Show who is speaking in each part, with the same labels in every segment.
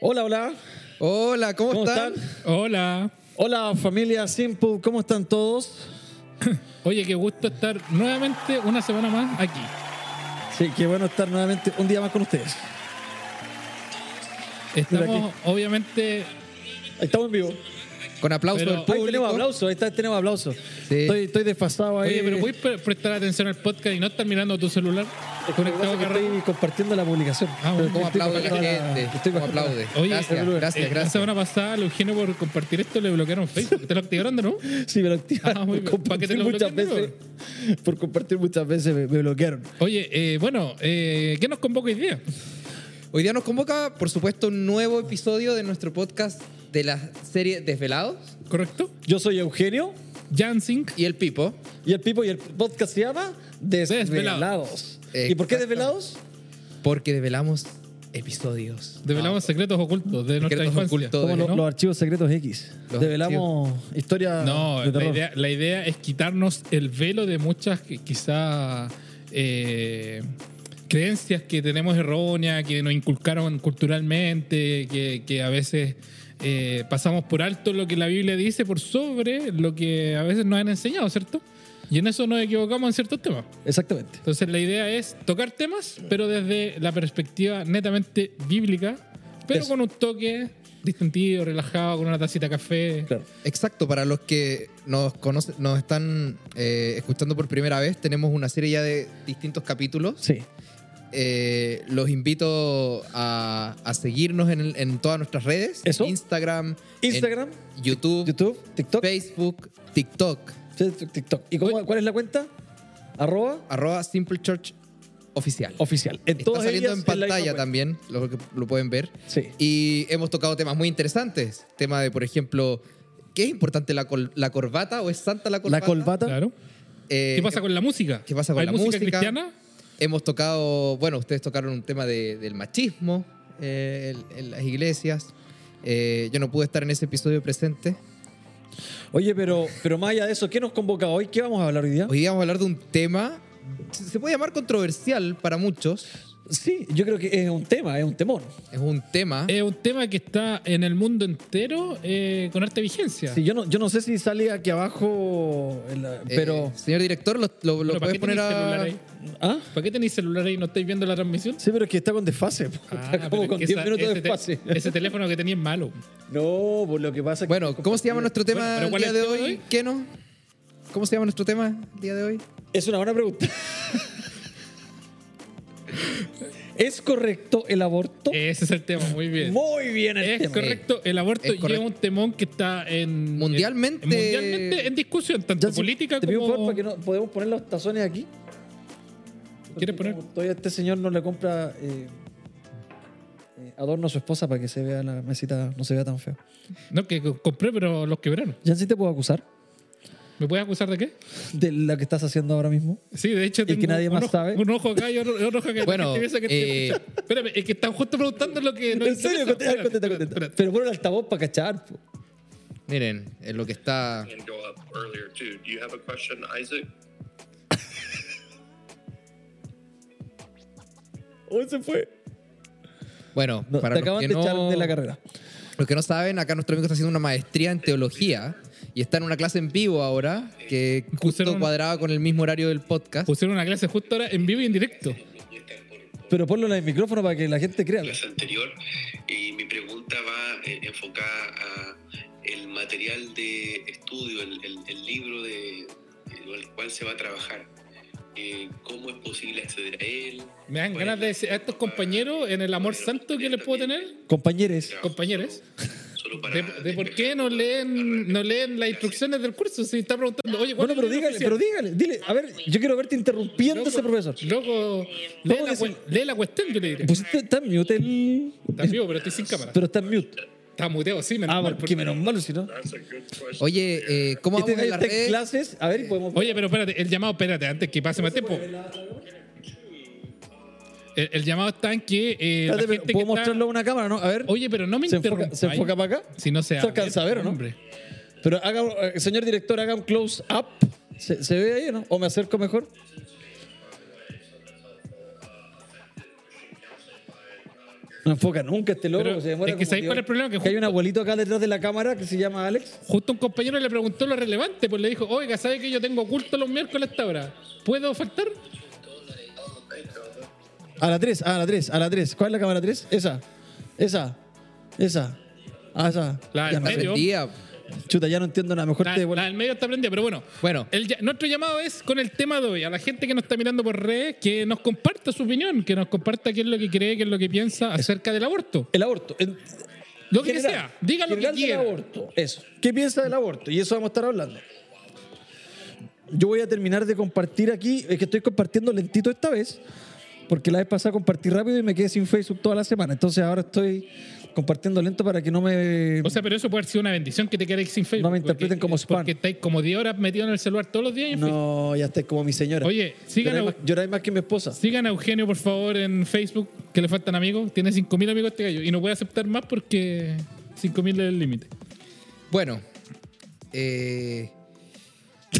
Speaker 1: Hola, hola.
Speaker 2: Hola, ¿cómo,
Speaker 1: ¿Cómo
Speaker 2: están?
Speaker 1: están?
Speaker 3: Hola.
Speaker 1: Hola, familia Simple. ¿Cómo están todos?
Speaker 3: Oye, qué gusto estar nuevamente una semana más aquí.
Speaker 1: Sí, qué bueno estar nuevamente un día más con ustedes.
Speaker 3: Estamos obviamente
Speaker 1: Ahí estamos en vivo.
Speaker 2: Con aplauso
Speaker 3: Pero-
Speaker 2: del
Speaker 1: Ahí tenemos
Speaker 2: público.
Speaker 1: aplausos, ahí está, tenemos aplausos.
Speaker 2: Sí.
Speaker 1: Estoy, estoy desfasado ahí.
Speaker 3: Oye, pero ¿puedes pre- prestar atención al podcast y no estar mirando tu celular
Speaker 1: Es que lo que pasa
Speaker 3: conectado
Speaker 1: es que
Speaker 3: a carrera?
Speaker 1: estoy compartiendo la publicación.
Speaker 3: Ah, bueno.
Speaker 1: Pero
Speaker 2: ¿Cómo
Speaker 1: estoy
Speaker 2: aplaude la
Speaker 1: compartiendo la-
Speaker 2: gente?
Speaker 1: estoy
Speaker 2: ¿Cómo
Speaker 1: compartiendo-
Speaker 2: aplaude?
Speaker 3: Oye,
Speaker 2: gracias,
Speaker 1: Lulo,
Speaker 3: Eh,
Speaker 2: gracias,
Speaker 3: La
Speaker 2: gracias.
Speaker 3: semana pasada, a Eugenio, por compartir esto, le bloquearon Facebook. ¿Te lo activaron de nuevo?
Speaker 1: Sí, me lo activaron.
Speaker 3: Ah, muy
Speaker 1: por
Speaker 3: bien. ¿Para qué te
Speaker 1: compartir
Speaker 3: lo
Speaker 1: muchas veces.
Speaker 3: bloquean,
Speaker 1: Por compartir muchas veces me, me bloquearon.
Speaker 3: Oye, eh, bueno, eh, ¿qué nos convoca hoy día?
Speaker 2: Hoy día nos convoca, por supuesto, un nuevo episodio de nuestro podcast de la serie Desvelados
Speaker 3: ¿Correcto?
Speaker 1: Yo soy Eugenio
Speaker 3: Jansink.
Speaker 2: y el Pipo.
Speaker 1: y el Pipo y el podcast se llama Desvelados. ¿Y por qué
Speaker 2: Exacto.
Speaker 1: Desvelados?
Speaker 2: Porque develamos episodios.
Speaker 3: Develamos secretos ocultos de nuestra
Speaker 2: Secretos
Speaker 3: infancia.
Speaker 2: ocultos
Speaker 1: Como
Speaker 2: de-
Speaker 3: ¿no?
Speaker 1: lo- los archivos secretos X.
Speaker 2: Los
Speaker 1: Develamos historias
Speaker 3: No,
Speaker 1: de
Speaker 3: la
Speaker 1: terror.
Speaker 3: idea, la idea es quitarnos el velo de muchas que- quizá eh, creencias que tenemos erróneas, que nos inculcaron culturalmente, que, que a veces eh, pasamos por alto lo que la Biblia dice por sobre lo que a veces nos han enseñado, ¿cierto? Y en eso nos equivocamos en ciertos temas.
Speaker 1: Exactamente.
Speaker 3: Entonces la idea es tocar temas, pero desde la perspectiva netamente bíblica, pero
Speaker 1: Eso.
Speaker 3: con un toque distintivo, relajado, con una tacita de café.
Speaker 1: Claro.
Speaker 2: Exacto, para los que nos conocen, nos están eh, escuchando por primera vez, tenemos una serie ya de distintos capítulos.
Speaker 1: Sí.
Speaker 2: Eh, los invito a, a seguirnos en, en todas nuestras redes.
Speaker 1: Eso.
Speaker 2: Instagram. en
Speaker 1: Instagram,
Speaker 2: YouTube,
Speaker 1: YouTube, TikTok,
Speaker 2: Facebook, TikTok.
Speaker 1: Facebook, TikTok. ¿Y cómo- cuál es la cuenta? Arroba
Speaker 2: Arroba Simple Church Oficial.
Speaker 1: oficial. En
Speaker 2: Está
Speaker 1: todas
Speaker 2: saliendo
Speaker 1: ellas,
Speaker 2: en
Speaker 1: la misma
Speaker 3: pues.
Speaker 2: pantalla
Speaker 1: cuenta.
Speaker 2: también, lo, que- lo pueden ver.
Speaker 1: Sí.
Speaker 2: Y hemos tocado temas muy interesantes. Tema de, por ejemplo, ¿qué es importante, la, col- la corbata o es santa la corbata?
Speaker 1: La colbata.
Speaker 3: Claro.
Speaker 2: Eh,
Speaker 3: ¿Qué pasa con la música?
Speaker 2: ¿Qué pasa con
Speaker 3: ¿Hay
Speaker 2: la
Speaker 3: música,
Speaker 2: música?
Speaker 3: cristiana?
Speaker 2: Hemos tocado, bueno, ustedes tocaron un tema de- del machismo eh, en, en las iglesias. Eh, yo no pude estar en ese episodio presente.
Speaker 1: Oye, pero, pero más allá de eso, ¿qué nos convoca hoy? ¿Qué vamos a hablar hoy día?
Speaker 2: Hoy día vamos a hablar de un tema, se se puede llamar controversial para muchos.
Speaker 1: Sí, yo creo que es un tema, es un temor.
Speaker 2: Es un
Speaker 1: ¿Ah?
Speaker 2: tema.
Speaker 3: Es un tema que está en el mundo entero eh, con harta vigencia.
Speaker 1: Sí, yo, no, yo no sé si sale aquí abajo, en la-
Speaker 2: Eh,
Speaker 1: pero...
Speaker 2: señor director, lo, lo, lo
Speaker 3: Pero ¿Para
Speaker 2: puedes
Speaker 3: qué
Speaker 2: poner
Speaker 3: tenéis celular
Speaker 2: a.
Speaker 3: ahí?
Speaker 1: ¿Ah?
Speaker 3: ¿Para qué tenéis celular ahí? ¿No estáis viendo la transmisión?
Speaker 1: Sí, pero es que está con desfase. po.
Speaker 3: Ah,
Speaker 1: está
Speaker 3: pero
Speaker 1: como
Speaker 3: es
Speaker 1: con
Speaker 3: que
Speaker 1: 10
Speaker 3: esa-
Speaker 1: minutos de
Speaker 3: ese te-
Speaker 1: desfase.
Speaker 3: ese teléfono que tenía es malo.
Speaker 1: No, pues lo que pasa es que...
Speaker 2: Bueno, ¿cómo se llama nuestro
Speaker 3: Bueno,
Speaker 2: tema
Speaker 3: pero
Speaker 2: el
Speaker 3: ¿cuál
Speaker 2: día
Speaker 3: es
Speaker 2: de
Speaker 3: el tema de
Speaker 2: hoy?
Speaker 3: hoy?
Speaker 2: ¿Qué no? ¿Cómo se llama nuestro tema el día de hoy?
Speaker 1: Es una buena pregunta. ¿Es correcto el aborto?
Speaker 3: Ese es el tema, muy bien.
Speaker 1: Muy bien el
Speaker 3: Eh, Es
Speaker 1: tema.
Speaker 3: correcto, el aborto
Speaker 2: Es
Speaker 3: y es
Speaker 2: correcto.
Speaker 3: un temón que está en.
Speaker 2: Mundialmente-
Speaker 3: En, mundialmente en discusión, tanto
Speaker 1: Jansen,
Speaker 3: política
Speaker 1: te pido un favor
Speaker 3: como.
Speaker 1: para que no, podemos poner los tazones aquí. Porque
Speaker 3: ¿Quieres poner?
Speaker 1: como Todavía este señor no le compra eh, eh, adorno a su esposa para que se vea la mesita, no se vea tan feo.
Speaker 3: No, que co- compré, pero los quebraron.
Speaker 1: ¿Ya sí te puedo acusar
Speaker 3: ¿Me puedes acusar de qué?
Speaker 1: de lo que estás haciendo ahora mismo?
Speaker 3: Sí, de hecho.
Speaker 1: Y que
Speaker 3: tengo
Speaker 1: nadie
Speaker 3: un
Speaker 1: más
Speaker 3: ojo-
Speaker 1: sabe.
Speaker 3: Un ojo acá y otro, otro ojo acá.
Speaker 2: Bueno,
Speaker 3: Que te piensa que te
Speaker 2: eh,
Speaker 3: escucha. Espérame, es que están justo preguntando lo que. Eh, no
Speaker 1: en serio,
Speaker 3: interesa.
Speaker 1: contenta,
Speaker 3: Espérate,
Speaker 1: contenta,
Speaker 3: espérate,
Speaker 1: contenta.
Speaker 3: espérate.
Speaker 1: Pero pon el altavoz para cachar. po.
Speaker 2: Miren, en lo que está.
Speaker 4: and go up earlier too. Do you have a question, Isaac?
Speaker 1: Uy, se fue.
Speaker 2: Bueno,
Speaker 1: No,
Speaker 2: para
Speaker 1: te
Speaker 2: los
Speaker 1: acaban
Speaker 2: que,
Speaker 1: de echar
Speaker 2: no,
Speaker 1: de la carrera.
Speaker 2: los que no saben, acá nuestro amigo está haciendo una maestría en teología y está en una clase en vivo ahora que
Speaker 3: Pusieron
Speaker 2: justo
Speaker 3: una-
Speaker 2: cuadraba con el mismo horario del podcast.
Speaker 3: Pusieron una clase justo ahora en vivo y en directo.
Speaker 1: Pero ponlo en el micrófono para que la gente crea.
Speaker 4: clase anterior y mi pregunta va eh, enfocada a el material de estudio, el, el- el libro de el cual se va a trabajar. Eh, ¿Cómo es posible acceder a él?
Speaker 3: Me dan ganas de decir a estos compañeros en el amor santo que les puedo tener,
Speaker 1: Compañeros,
Speaker 3: compañeros,
Speaker 4: Solo para
Speaker 3: de, de por qué no leen, no leen las instrucciones del curso. Si está preguntando, oye, ¿cuál
Speaker 1: Bueno,
Speaker 3: es
Speaker 1: pero
Speaker 3: el
Speaker 1: dígale,
Speaker 3: oficial?
Speaker 1: pero dígale, dile, a ver, yo quiero verte interrumpiendo a ese
Speaker 3: Loco,
Speaker 1: profesor.
Speaker 3: Loco, lee la,
Speaker 1: decir-
Speaker 3: cue- lee la cuestión, yo le diré.
Speaker 1: Pusiste, está en mute el.
Speaker 3: Está vivo, pero estoy sin cámara.
Speaker 1: Pero está en mute.
Speaker 3: Está muteado, sí, menos
Speaker 1: Ah,
Speaker 3: mal,
Speaker 1: bueno,
Speaker 3: porque-
Speaker 1: que menos malo si no.
Speaker 3: Pues,
Speaker 2: Oye, eh, ¿cómo
Speaker 1: Este
Speaker 2: vamos
Speaker 1: gallo
Speaker 2: en las
Speaker 1: está en
Speaker 2: redes?
Speaker 1: clases, a ver, y podemos.
Speaker 3: Oye, pero espérate, el llamado, espérate, antes que pase más tiempo. El, el llamado está en que. eh, la
Speaker 1: Espérate, pero
Speaker 3: gente que
Speaker 1: ¿Puedo
Speaker 3: está-
Speaker 1: mostrarlo a una cámara, no? A ver.
Speaker 3: Oye, pero no me
Speaker 1: ¿Se enfoca,
Speaker 3: interrumpas.
Speaker 1: ¿se enfoca para acá?
Speaker 3: Si no se
Speaker 1: ¿Se
Speaker 3: abre,
Speaker 1: alcanza a ver o no?
Speaker 3: hombre.
Speaker 1: Pero haga, eh, señor director, haga un close up. ¿Se, se ve ahí o no? ¿O me acerco mejor? No enfoca nunca este loco.
Speaker 3: Pero
Speaker 1: se demora
Speaker 3: es que
Speaker 1: como
Speaker 3: ¿sabéis
Speaker 1: Dios.
Speaker 3: cuál es el problema? Que
Speaker 1: hay un abuelito acá detrás de la cámara que se llama Alex.
Speaker 3: Justo un compañero le preguntó lo relevante, pues le dijo, oiga, ¿sabe que yo tengo culto los miércoles a esta hora? ¿Puedo faltar?
Speaker 1: A la 3, a la 3, a la 3. ¿Cuál es la cámara 3? Esa, esa, esa, ah, esa.
Speaker 3: La del
Speaker 1: ya no sé.
Speaker 3: medio.
Speaker 2: Día.
Speaker 1: Chuta, ya no entiendo nada. Mejor
Speaker 3: La,
Speaker 1: te
Speaker 3: la del medio está prendida, pero bueno.
Speaker 2: Bueno.
Speaker 3: El ya- nuestro llamado es con el tema de hoy. A la gente que nos está mirando por redes, que nos comparta su opinión, que nos comparta qué es lo que cree, qué es lo que piensa acerca del aborto.
Speaker 1: El aborto. En-
Speaker 3: Lo que
Speaker 1: general,
Speaker 3: sea, diga lo que
Speaker 1: general del
Speaker 3: quiera.
Speaker 1: aborto. Eso. ¿Qué piensa del aborto? Y eso vamos a estar hablando. Yo voy a terminar de compartir aquí. Es que estoy compartiendo lentito esta vez, porque la vez pasada compartí rápido y me quedé sin Facebook toda la semana. Entonces ahora estoy compartiendo lento para que no me.
Speaker 3: O sea, pero eso puede haber sido una bendición que te quedes sin Facebook.
Speaker 1: No me interpreten
Speaker 3: porque-
Speaker 1: como spam.
Speaker 3: Porque estáis como 10 horas metido en el celular todos los días. y en Facebook.
Speaker 1: no, ya estáis como mi señora.
Speaker 3: Oye, sigan
Speaker 1: lloráis
Speaker 3: a-
Speaker 1: más, lloráis más que mi esposa.
Speaker 3: Sigan a Eugenio, por favor, en Facebook, que le faltan amigos. Tiene 5.000 amigos este gallo. Y no puede aceptar más porque 5.000 es el límite.
Speaker 2: Bueno, eh,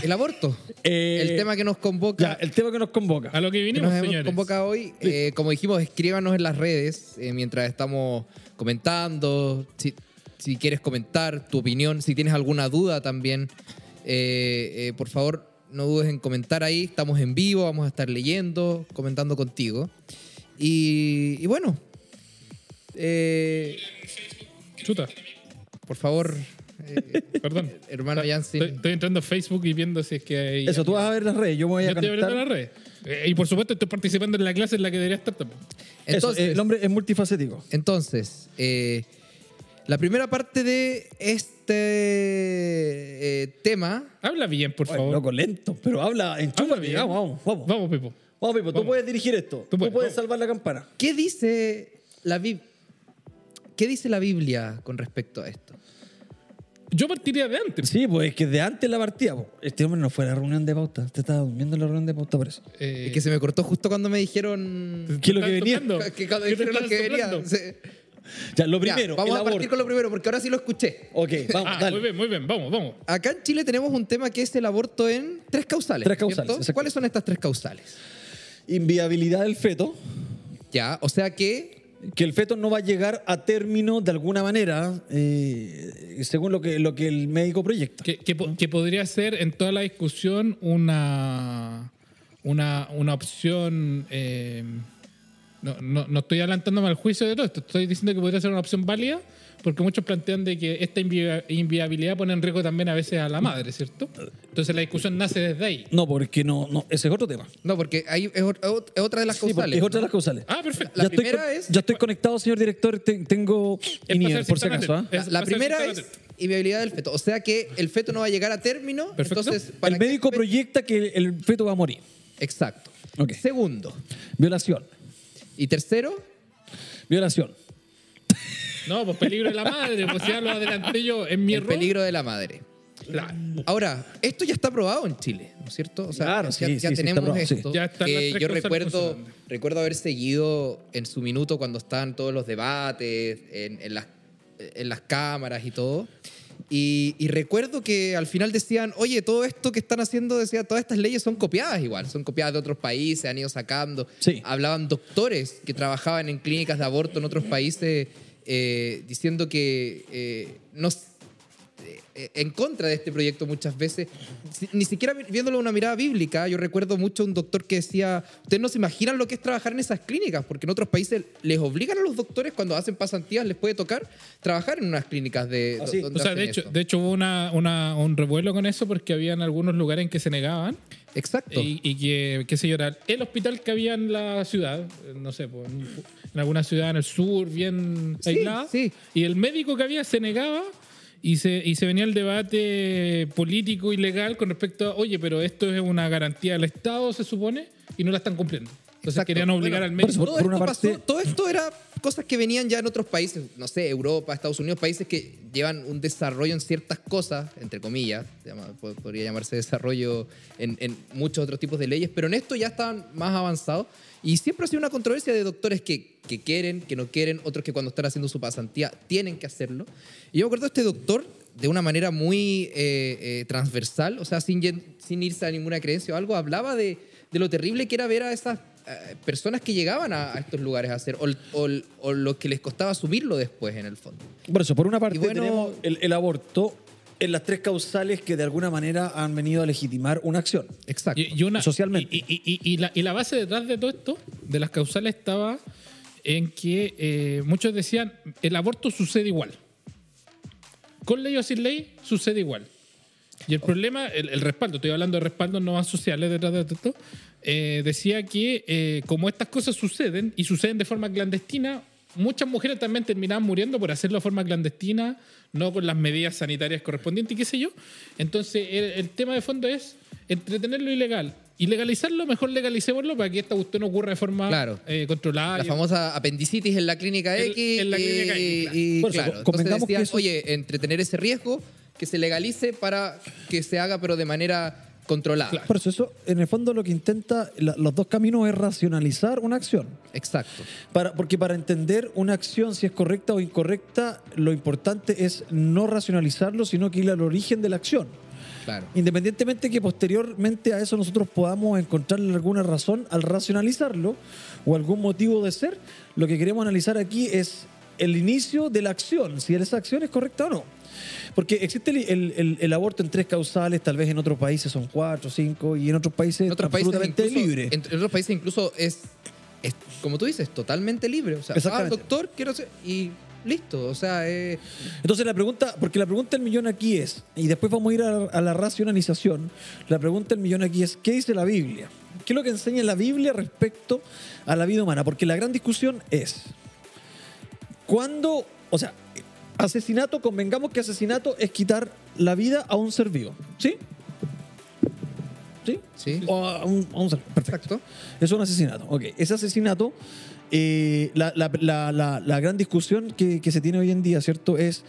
Speaker 2: el aborto.
Speaker 1: Eh,
Speaker 2: el tema que nos
Speaker 1: Ya,
Speaker 2: convoca.
Speaker 1: el tema que nos convoca.
Speaker 3: A lo que
Speaker 2: que
Speaker 3: vinimos,
Speaker 2: nos hemos
Speaker 3: señores.
Speaker 2: convocado hoy, eh, como dijimos, escríbanos en las redes eh, mientras estamos comentando, si, si quieres comentar tu opinión, si tienes alguna duda también, eh, eh, por favor no dudes en comentar ahí, estamos en vivo, vamos a estar leyendo, comentando contigo. Y, y bueno, eh,
Speaker 3: Chuta,
Speaker 2: por favor, eh,
Speaker 3: perdón.
Speaker 2: hermano Yancy,
Speaker 3: Estoy, estoy entrando a Facebook y viendo si es que hay...
Speaker 1: Eso, tú vas a ver las redes. Yo me voy
Speaker 3: Yo
Speaker 1: a
Speaker 3: estoy abriendo
Speaker 1: cantar.
Speaker 3: las redes. Eh, y por supuesto estoy participando en la clase en la que debería estar también.
Speaker 1: Eso, eh, el hombre es multifacético.
Speaker 2: Entonces, eh, la primera parte de este eh, tema,
Speaker 3: Habla bien, por
Speaker 1: Oye,
Speaker 3: favor.
Speaker 1: loco, lento, pero habla,
Speaker 3: Habla
Speaker 1: enchúpate.
Speaker 3: bien.
Speaker 1: Vamos, vamos, vamos.
Speaker 3: Vamos, Pipo.
Speaker 1: Vamos, Pipo, tú
Speaker 3: Vamos.
Speaker 1: puedes dirigir esto. Tú puedes,
Speaker 3: puedes, vamos.
Speaker 1: salvar la campana.
Speaker 2: ¿qué dice la Biblia? ¿Qué dice la Biblia con respecto a esto?
Speaker 3: Yo partiría de antes.
Speaker 1: Sí, pues es que de antes la partida, po. este hombre no fue a la reunión de pauta. Te estaba durmiendo en la reunión de pauta por eso.
Speaker 3: Eh,
Speaker 2: Es que se me cortó justo cuando me dijeron
Speaker 1: ¿Qué es lo que
Speaker 3: están
Speaker 1: venía?
Speaker 3: tocando.
Speaker 2: que cuando
Speaker 3: ¿Qué te
Speaker 2: dijeron lo
Speaker 3: están
Speaker 2: que venía.
Speaker 3: soplando?
Speaker 2: Sí.
Speaker 1: Ya, lo
Speaker 2: Ya,
Speaker 1: primero,
Speaker 2: vamos
Speaker 1: el
Speaker 2: a partir
Speaker 1: aborto.
Speaker 2: con lo primero porque ahora sí lo escuché.
Speaker 1: Ok, vamos,
Speaker 3: Ah,
Speaker 1: dale.
Speaker 3: muy bien, muy bien. Vamos, vamos.
Speaker 2: Acá en Chile tenemos un tema que es el aborto en tres causales.
Speaker 1: Tres causales,
Speaker 2: ¿cierto?
Speaker 1: exacto.
Speaker 2: ¿Cuáles son estas tres causales?
Speaker 1: Inviabilidad del feto,
Speaker 2: Ya, o sea que
Speaker 1: que el feto no va a llegar a término de alguna manera, eh, según lo que, lo que el médico proyecta.
Speaker 3: Que, que po- que podría ser en toda la discusión una, una, una opción. eh, no, no- no estoy adelantándome al juicio de todo esto, estoy diciendo que podría ser una opción válida, porque muchos plantean de que esta invi- inviabilidad pone en riesgo también a veces a la madre, ¿cierto? Entonces la discusión nace desde ahí.
Speaker 1: No, porque no, no, ese es otro tema.
Speaker 2: no, porque ahí es, o- es otra de las
Speaker 1: Sí, porque
Speaker 2: causales.
Speaker 1: es otra de
Speaker 2: ¿no?
Speaker 1: las causales.
Speaker 3: Ah, perfecto.
Speaker 2: La
Speaker 1: ya, estoy,
Speaker 2: primera
Speaker 1: con-
Speaker 2: es-
Speaker 1: ya estoy conectado, señor director. te- tengo
Speaker 3: Es
Speaker 1: INIER,
Speaker 3: pasar
Speaker 1: por si
Speaker 3: sin
Speaker 1: acaso.
Speaker 3: tablet.
Speaker 1: ¿ah?
Speaker 3: Es-
Speaker 2: La, la
Speaker 3: pasa
Speaker 2: primera
Speaker 3: sin
Speaker 2: es
Speaker 3: tablet.
Speaker 2: inviabilidad del feto. O sea que el feto no va a llegar a término.
Speaker 3: Perfecto.
Speaker 2: Entonces, para
Speaker 1: El
Speaker 2: que-
Speaker 1: médico proyecta que el- el feto va a morir.
Speaker 2: Exacto.
Speaker 1: Ok.
Speaker 2: Segundo.
Speaker 1: Violación.
Speaker 2: Y tercero,
Speaker 1: Violación.
Speaker 3: No, pues peligro de la madre, pues ya lo adelanté yo en mi
Speaker 2: el
Speaker 3: error.
Speaker 2: peligro de la madre.
Speaker 3: Claro.
Speaker 2: Ahora, esto ya está aprobado en Chile, ¿no es cierto? O sea,
Speaker 1: Claro,
Speaker 2: ya,
Speaker 1: sí,
Speaker 2: ya
Speaker 1: sí, sí, está
Speaker 2: tenemos
Speaker 1: aprobado, sí.
Speaker 2: esto.
Speaker 3: Ya están las
Speaker 2: que
Speaker 3: tres
Speaker 2: yo
Speaker 3: cosas
Speaker 2: recuerdo,
Speaker 3: funcionando.
Speaker 2: recuerdo haber seguido en su minuto cuando estaban todos los debates, en, en las, en las cámaras y todo. Y, y recuerdo que al final decían, oye, todo esto que están haciendo, decía, todas estas leyes son copiadas igual, son copiadas de otros países, han ido sacando.
Speaker 1: Sí.
Speaker 2: Hablaban doctores que trabajaban en clínicas de aborto en otros países eh, diciendo que eh, no, s- eh, en contra de este proyecto muchas veces, si- ni siquiera vi- viéndolo una mirada bíblica, yo recuerdo mucho un doctor que decía, ustedes no se imaginan lo que es trabajar en esas clínicas, porque en otros países les obligan a los doctores cuando hacen pasantías, les puede tocar trabajar en unas clínicas de...
Speaker 1: Ah, sí.
Speaker 2: donde
Speaker 3: O sea,
Speaker 2: hacen
Speaker 3: de hecho,
Speaker 2: eso".
Speaker 3: de hecho hubo una, una- un revuelo con eso porque habían algunos lugares en que se negaban.
Speaker 2: Exacto.
Speaker 3: Y, y que, qué sé yo, era el hospital que había en la ciudad, eh, no sé, pues, en, en alguna ciudad en el sur, bien
Speaker 2: Sí,
Speaker 3: aislada,
Speaker 2: sí.
Speaker 3: y el médico que había se negaba y se, y se venía el debate político y legal con respecto a, oye, pero esto es una garantía del Estado, se supone, y no la están cumpliendo. Entonces
Speaker 2: Exacto.
Speaker 3: querían obligar
Speaker 2: Bueno,
Speaker 3: al
Speaker 1: por
Speaker 3: médico.
Speaker 1: supuesto.
Speaker 2: todo, esto
Speaker 1: una parte-
Speaker 2: pasó- todo esto era cosas que venían ya en otros países, no sé, Europa, Estados Unidos, países que llevan un desarrollo en ciertas cosas, entre comillas, se llama- po- podría llamarse desarrollo en, en muchos otros tipos de leyes, pero en esto ya estaban más avanzados y siempre ha sido una controversia de doctores que, que quieren, que no quieren, otros que cuando están haciendo su pasantía tienen que hacerlo. Y yo me acuerdo de este doctor de una manera muy eh, eh, transversal, o sea, sin, yen- sin irse a ninguna creencia o algo, hablaba de, de lo terrible que era ver a esas eh, personas que llegaban a, a estos lugares a hacer, o, o, o lo que les costaba asumirlo después, en el fondo.
Speaker 1: Por eso, por una parte
Speaker 2: Y bueno-
Speaker 1: tenemos el, el aborto en las tres causales que de alguna manera han venido a legitimar una acción.
Speaker 2: Exacto.
Speaker 3: Y, y una,
Speaker 1: Socialmente.
Speaker 3: Y, y- y- y la, y la base detrás de todo esto, de las causales, estaba en que eh, muchos decían, el aborto sucede igual. Con ley o sin ley, sucede igual. Y el problema, el, el respaldo, estoy hablando de respaldos no más sociales detrás de todo esto, eh, decía que eh, como estas cosas suceden y suceden de forma clandestina, muchas mujeres también terminaban muriendo por hacerlo de forma clandestina, no con las medidas sanitarias correspondientes, y qué sé yo. Entonces, el, el tema de fondo es entretener lo ilegal. Y legalizarlo, mejor legalicémoslo para que esta cuestión ocurra de forma
Speaker 2: Claro.
Speaker 3: eh, controlada.
Speaker 2: La
Speaker 3: y-
Speaker 2: famosa apendicitis en la clínica
Speaker 3: En-
Speaker 2: X.
Speaker 3: en la
Speaker 2: y-
Speaker 3: clínica X,
Speaker 2: y
Speaker 1: Por eso,
Speaker 2: claro,
Speaker 1: co-
Speaker 2: entonces
Speaker 1: convengamos que
Speaker 2: decían,
Speaker 1: eso-
Speaker 2: oye, entretener ese riesgo, que se legalice para que se haga, pero de manera controlada.
Speaker 1: Por eso, eso en el fondo lo que intenta la- los dos caminos es racionalizar una acción.
Speaker 2: Exacto.
Speaker 1: Para, porque para entender una acción, si es correcta o incorrecta, lo importante es no racionalizarlo, sino que ir al origen de la acción.
Speaker 2: Claro.
Speaker 1: Independientemente que posteriormente a eso nosotros podamos encontrarle alguna razón al racionalizarlo o algún motivo de ser, lo que queremos analizar aquí es el inicio de la acción, si esa acción es correcta o no. Porque existe el, el- el- el aborto en tres causales, tal vez en otros países son cuatro, cinco, y en otros países
Speaker 2: En otros países,
Speaker 1: absolutamente
Speaker 2: incluso,
Speaker 1: libre.
Speaker 2: En, en otros países incluso es, es, como tú dices, totalmente libre. O sea, ah,
Speaker 1: Exactamente.
Speaker 2: doctor, quiero hacer... Y listo. O sea, eh,
Speaker 1: Entonces la pregunta, porque la pregunta del millón aquí es, y después vamos a ir a, a la racionalización, la pregunta del millón aquí es, ¿qué dice la Biblia? ¿Qué es lo que enseña la Biblia respecto a la vida humana? Porque la gran discusión es, ¿cuándo, o sea, asesinato, convengamos que asesinato es quitar la vida a un ser vivo, ¿sí? ¿Sí?
Speaker 2: sí.
Speaker 1: O a un, a un ser vivo, perfecto.
Speaker 2: Exacto.
Speaker 1: Es un asesinato. Ok, ese asesinato, eh, la, la- la- la- la gran discusión que, que se tiene hoy en día, ¿cierto? Es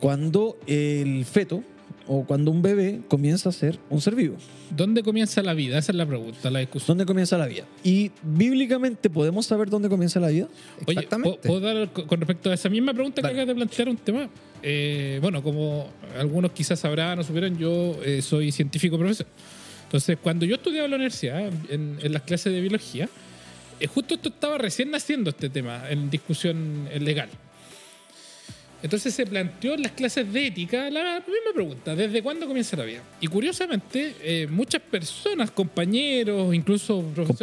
Speaker 1: cuando el feto o cuando un bebé comienza a ser un ser vivo.
Speaker 3: ¿Dónde comienza la vida? Esa es la pregunta, la discusión.
Speaker 1: ¿Dónde comienza la vida? Y bíblicamente, ¿podemos saber dónde comienza la vida?
Speaker 3: Oye, ¿puedo,
Speaker 2: Exactamente.
Speaker 3: puedo dar co- con respecto a esa misma pregunta
Speaker 1: Dale.
Speaker 3: que acabas de plantear un tema? Eh, bueno, como algunos quizás sabrán o supieron, yo eh, soy científico profesor. Entonces, cuando yo estudiaba en la universidad, en, en las clases de biología, eh, justo esto estaba recién naciendo este tema en discusión eh, legal. Entonces se planteó en las clases de ética la misma pregunta, ¿desde cuándo comienza la vida? Y curiosamente, eh, muchas personas, compañeros, incluso profesores,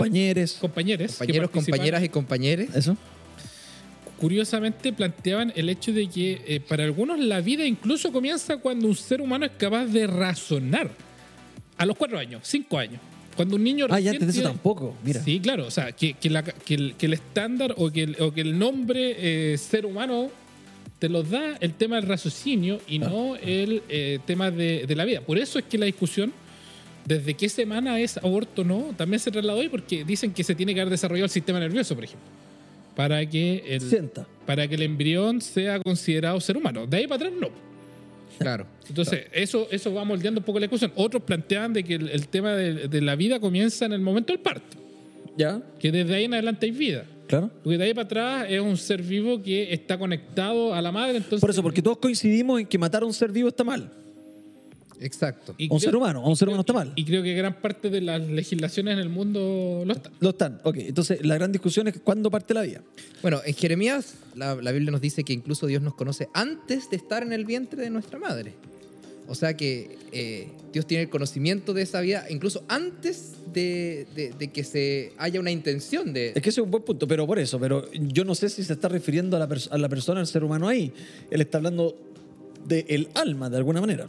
Speaker 1: Compañeros.
Speaker 3: compañeros,
Speaker 2: Compañeros, compañeras y compañeros.
Speaker 1: Eso.
Speaker 3: curiosamente planteaban el hecho de que eh, para algunos la vida incluso comienza cuando un ser humano es capaz de razonar. A los cuatro años, cinco años. Cuando un niño...
Speaker 1: Ah, ya
Speaker 3: recién
Speaker 1: antes de eso
Speaker 3: tiene-
Speaker 1: tampoco. Mira.
Speaker 3: Sí, claro. O sea, que, que la- que el, que el estándar o que el, o que el nombre eh, ser humano te los da el tema del raciocinio y
Speaker 1: Ah.
Speaker 3: no el eh, tema de, de la vida. Por eso es que la discusión desde qué semana es aborto o no también se trasladó hoy porque dicen que se tiene que haber desarrollado el sistema nervioso, por ejemplo, para que el,
Speaker 1: Sienta.
Speaker 3: para que el embrión sea considerado ser humano. De ahí para atrás, no.
Speaker 2: Claro.
Speaker 3: Entonces, eso, eso va moldeando un poco la discusión. Otros planteaban de que el, el tema de, de la vida comienza en el momento del parto,
Speaker 1: ¿Ya?
Speaker 3: que desde ahí en adelante hay vida.
Speaker 1: Claro.
Speaker 3: Porque de ahí para atrás es un ser vivo que está conectado a la madre. Entonces,
Speaker 1: Por eso, porque todos coincidimos en que matar a un ser vivo está mal.
Speaker 2: Exacto.
Speaker 3: Y
Speaker 1: A un
Speaker 3: creo-
Speaker 1: ser humano, a un ser humano está mal.
Speaker 3: Y creo que gran parte de las legislaciones en el mundo lo están.
Speaker 1: Lo están. Ok, entonces la gran discusión es cuándo parte la vida.
Speaker 2: Bueno, en Jeremías la, la Biblia nos dice que incluso Dios nos conoce antes de estar en el vientre de nuestra madre. O sea que eh, Dios tiene el conocimiento de esa vida incluso antes de, de- de que se haya una intención de...
Speaker 1: Es que ese es un buen punto, pero por eso, pero yo no sé si se está refiriendo a la, pers- a la persona, al ser humano ahí. Él está hablando del alma, de alguna manera.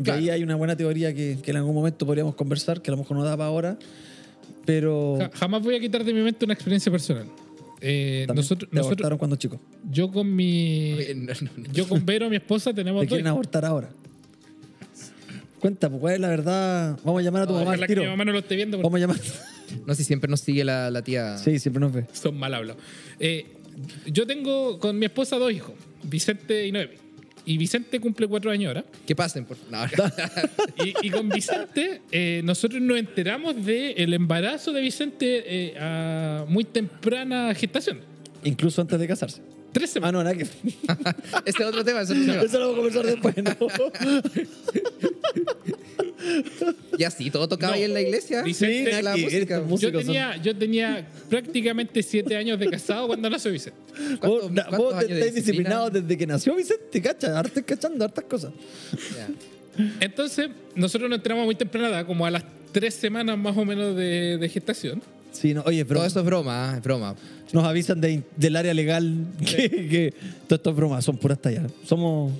Speaker 1: Y
Speaker 2: Claro.
Speaker 1: ahí hay una buena teoría que, que en algún momento podríamos conversar, que a lo mejor no da para ahora, pero
Speaker 3: Ja- eh, Jamás voy a quitar de mi mente una experiencia personal. Eh,
Speaker 1: también
Speaker 3: nosotros,
Speaker 1: te
Speaker 3: nosotros,
Speaker 1: abortaron cuando chico.
Speaker 3: yo con mi.
Speaker 2: Oye, no, no, no.
Speaker 3: Yo con Vero, mi esposa, tenemos
Speaker 1: Te
Speaker 3: dos.
Speaker 1: quieren abortar ahora. Cuenta, pues, ¿cuál es la verdad? Vamos a llamar a tu
Speaker 3: No,
Speaker 1: mamá al
Speaker 3: ojalá que
Speaker 1: tiro.
Speaker 3: mi mamá no lo esté viendo porque
Speaker 1: Vamos a llamar.
Speaker 2: No sé si siempre nos sigue la, la tía...
Speaker 1: Sí, siempre nos ve.
Speaker 3: son mal hablados. Eh, yo tengo con mi esposa dos hijos, Vicente y Noemi. Y Vicente cumple cuatro años ahora.
Speaker 2: Que pasen, por no, no.
Speaker 3: Y, y con Vicente, eh, nosotros nos enteramos del embarazo de Vicente eh, a muy temprana gestación.
Speaker 1: Incluso antes de casarse.
Speaker 3: Tres
Speaker 1: Ah,
Speaker 3: semanas.
Speaker 1: no, nada que.
Speaker 2: Este es otro tema. ese es otro tema.
Speaker 1: Eso lo vamos a conversar después, ¿no?
Speaker 2: Y así, todo tocaba
Speaker 3: No.
Speaker 2: ahí en la iglesia.
Speaker 3: Vicente,
Speaker 2: de la
Speaker 1: Naki,
Speaker 2: música.
Speaker 1: estos
Speaker 2: po.
Speaker 3: Yo
Speaker 1: músicos son-
Speaker 3: tenía, yo tenía prácticamente siete años de casado cuando nació Vicente.
Speaker 2: ¿Cuántos-
Speaker 1: Vos, na-
Speaker 2: cuántos
Speaker 1: vos te
Speaker 2: años de
Speaker 1: estáis
Speaker 2: disciplina?
Speaker 1: disciplinados desde que nació Vicente, cacha, hartas cachando hartas cosas.
Speaker 2: Ya.
Speaker 3: Entonces, nosotros nos enteramos muy temprana edad, como a las tres semanas más o menos de, de gestación.
Speaker 1: Sí, no, oye, pero
Speaker 2: Todo eso es broma, ¿eh? es broma.
Speaker 1: nos avisan de- del área legal que, que todas estas bromas son puras tallas. Somos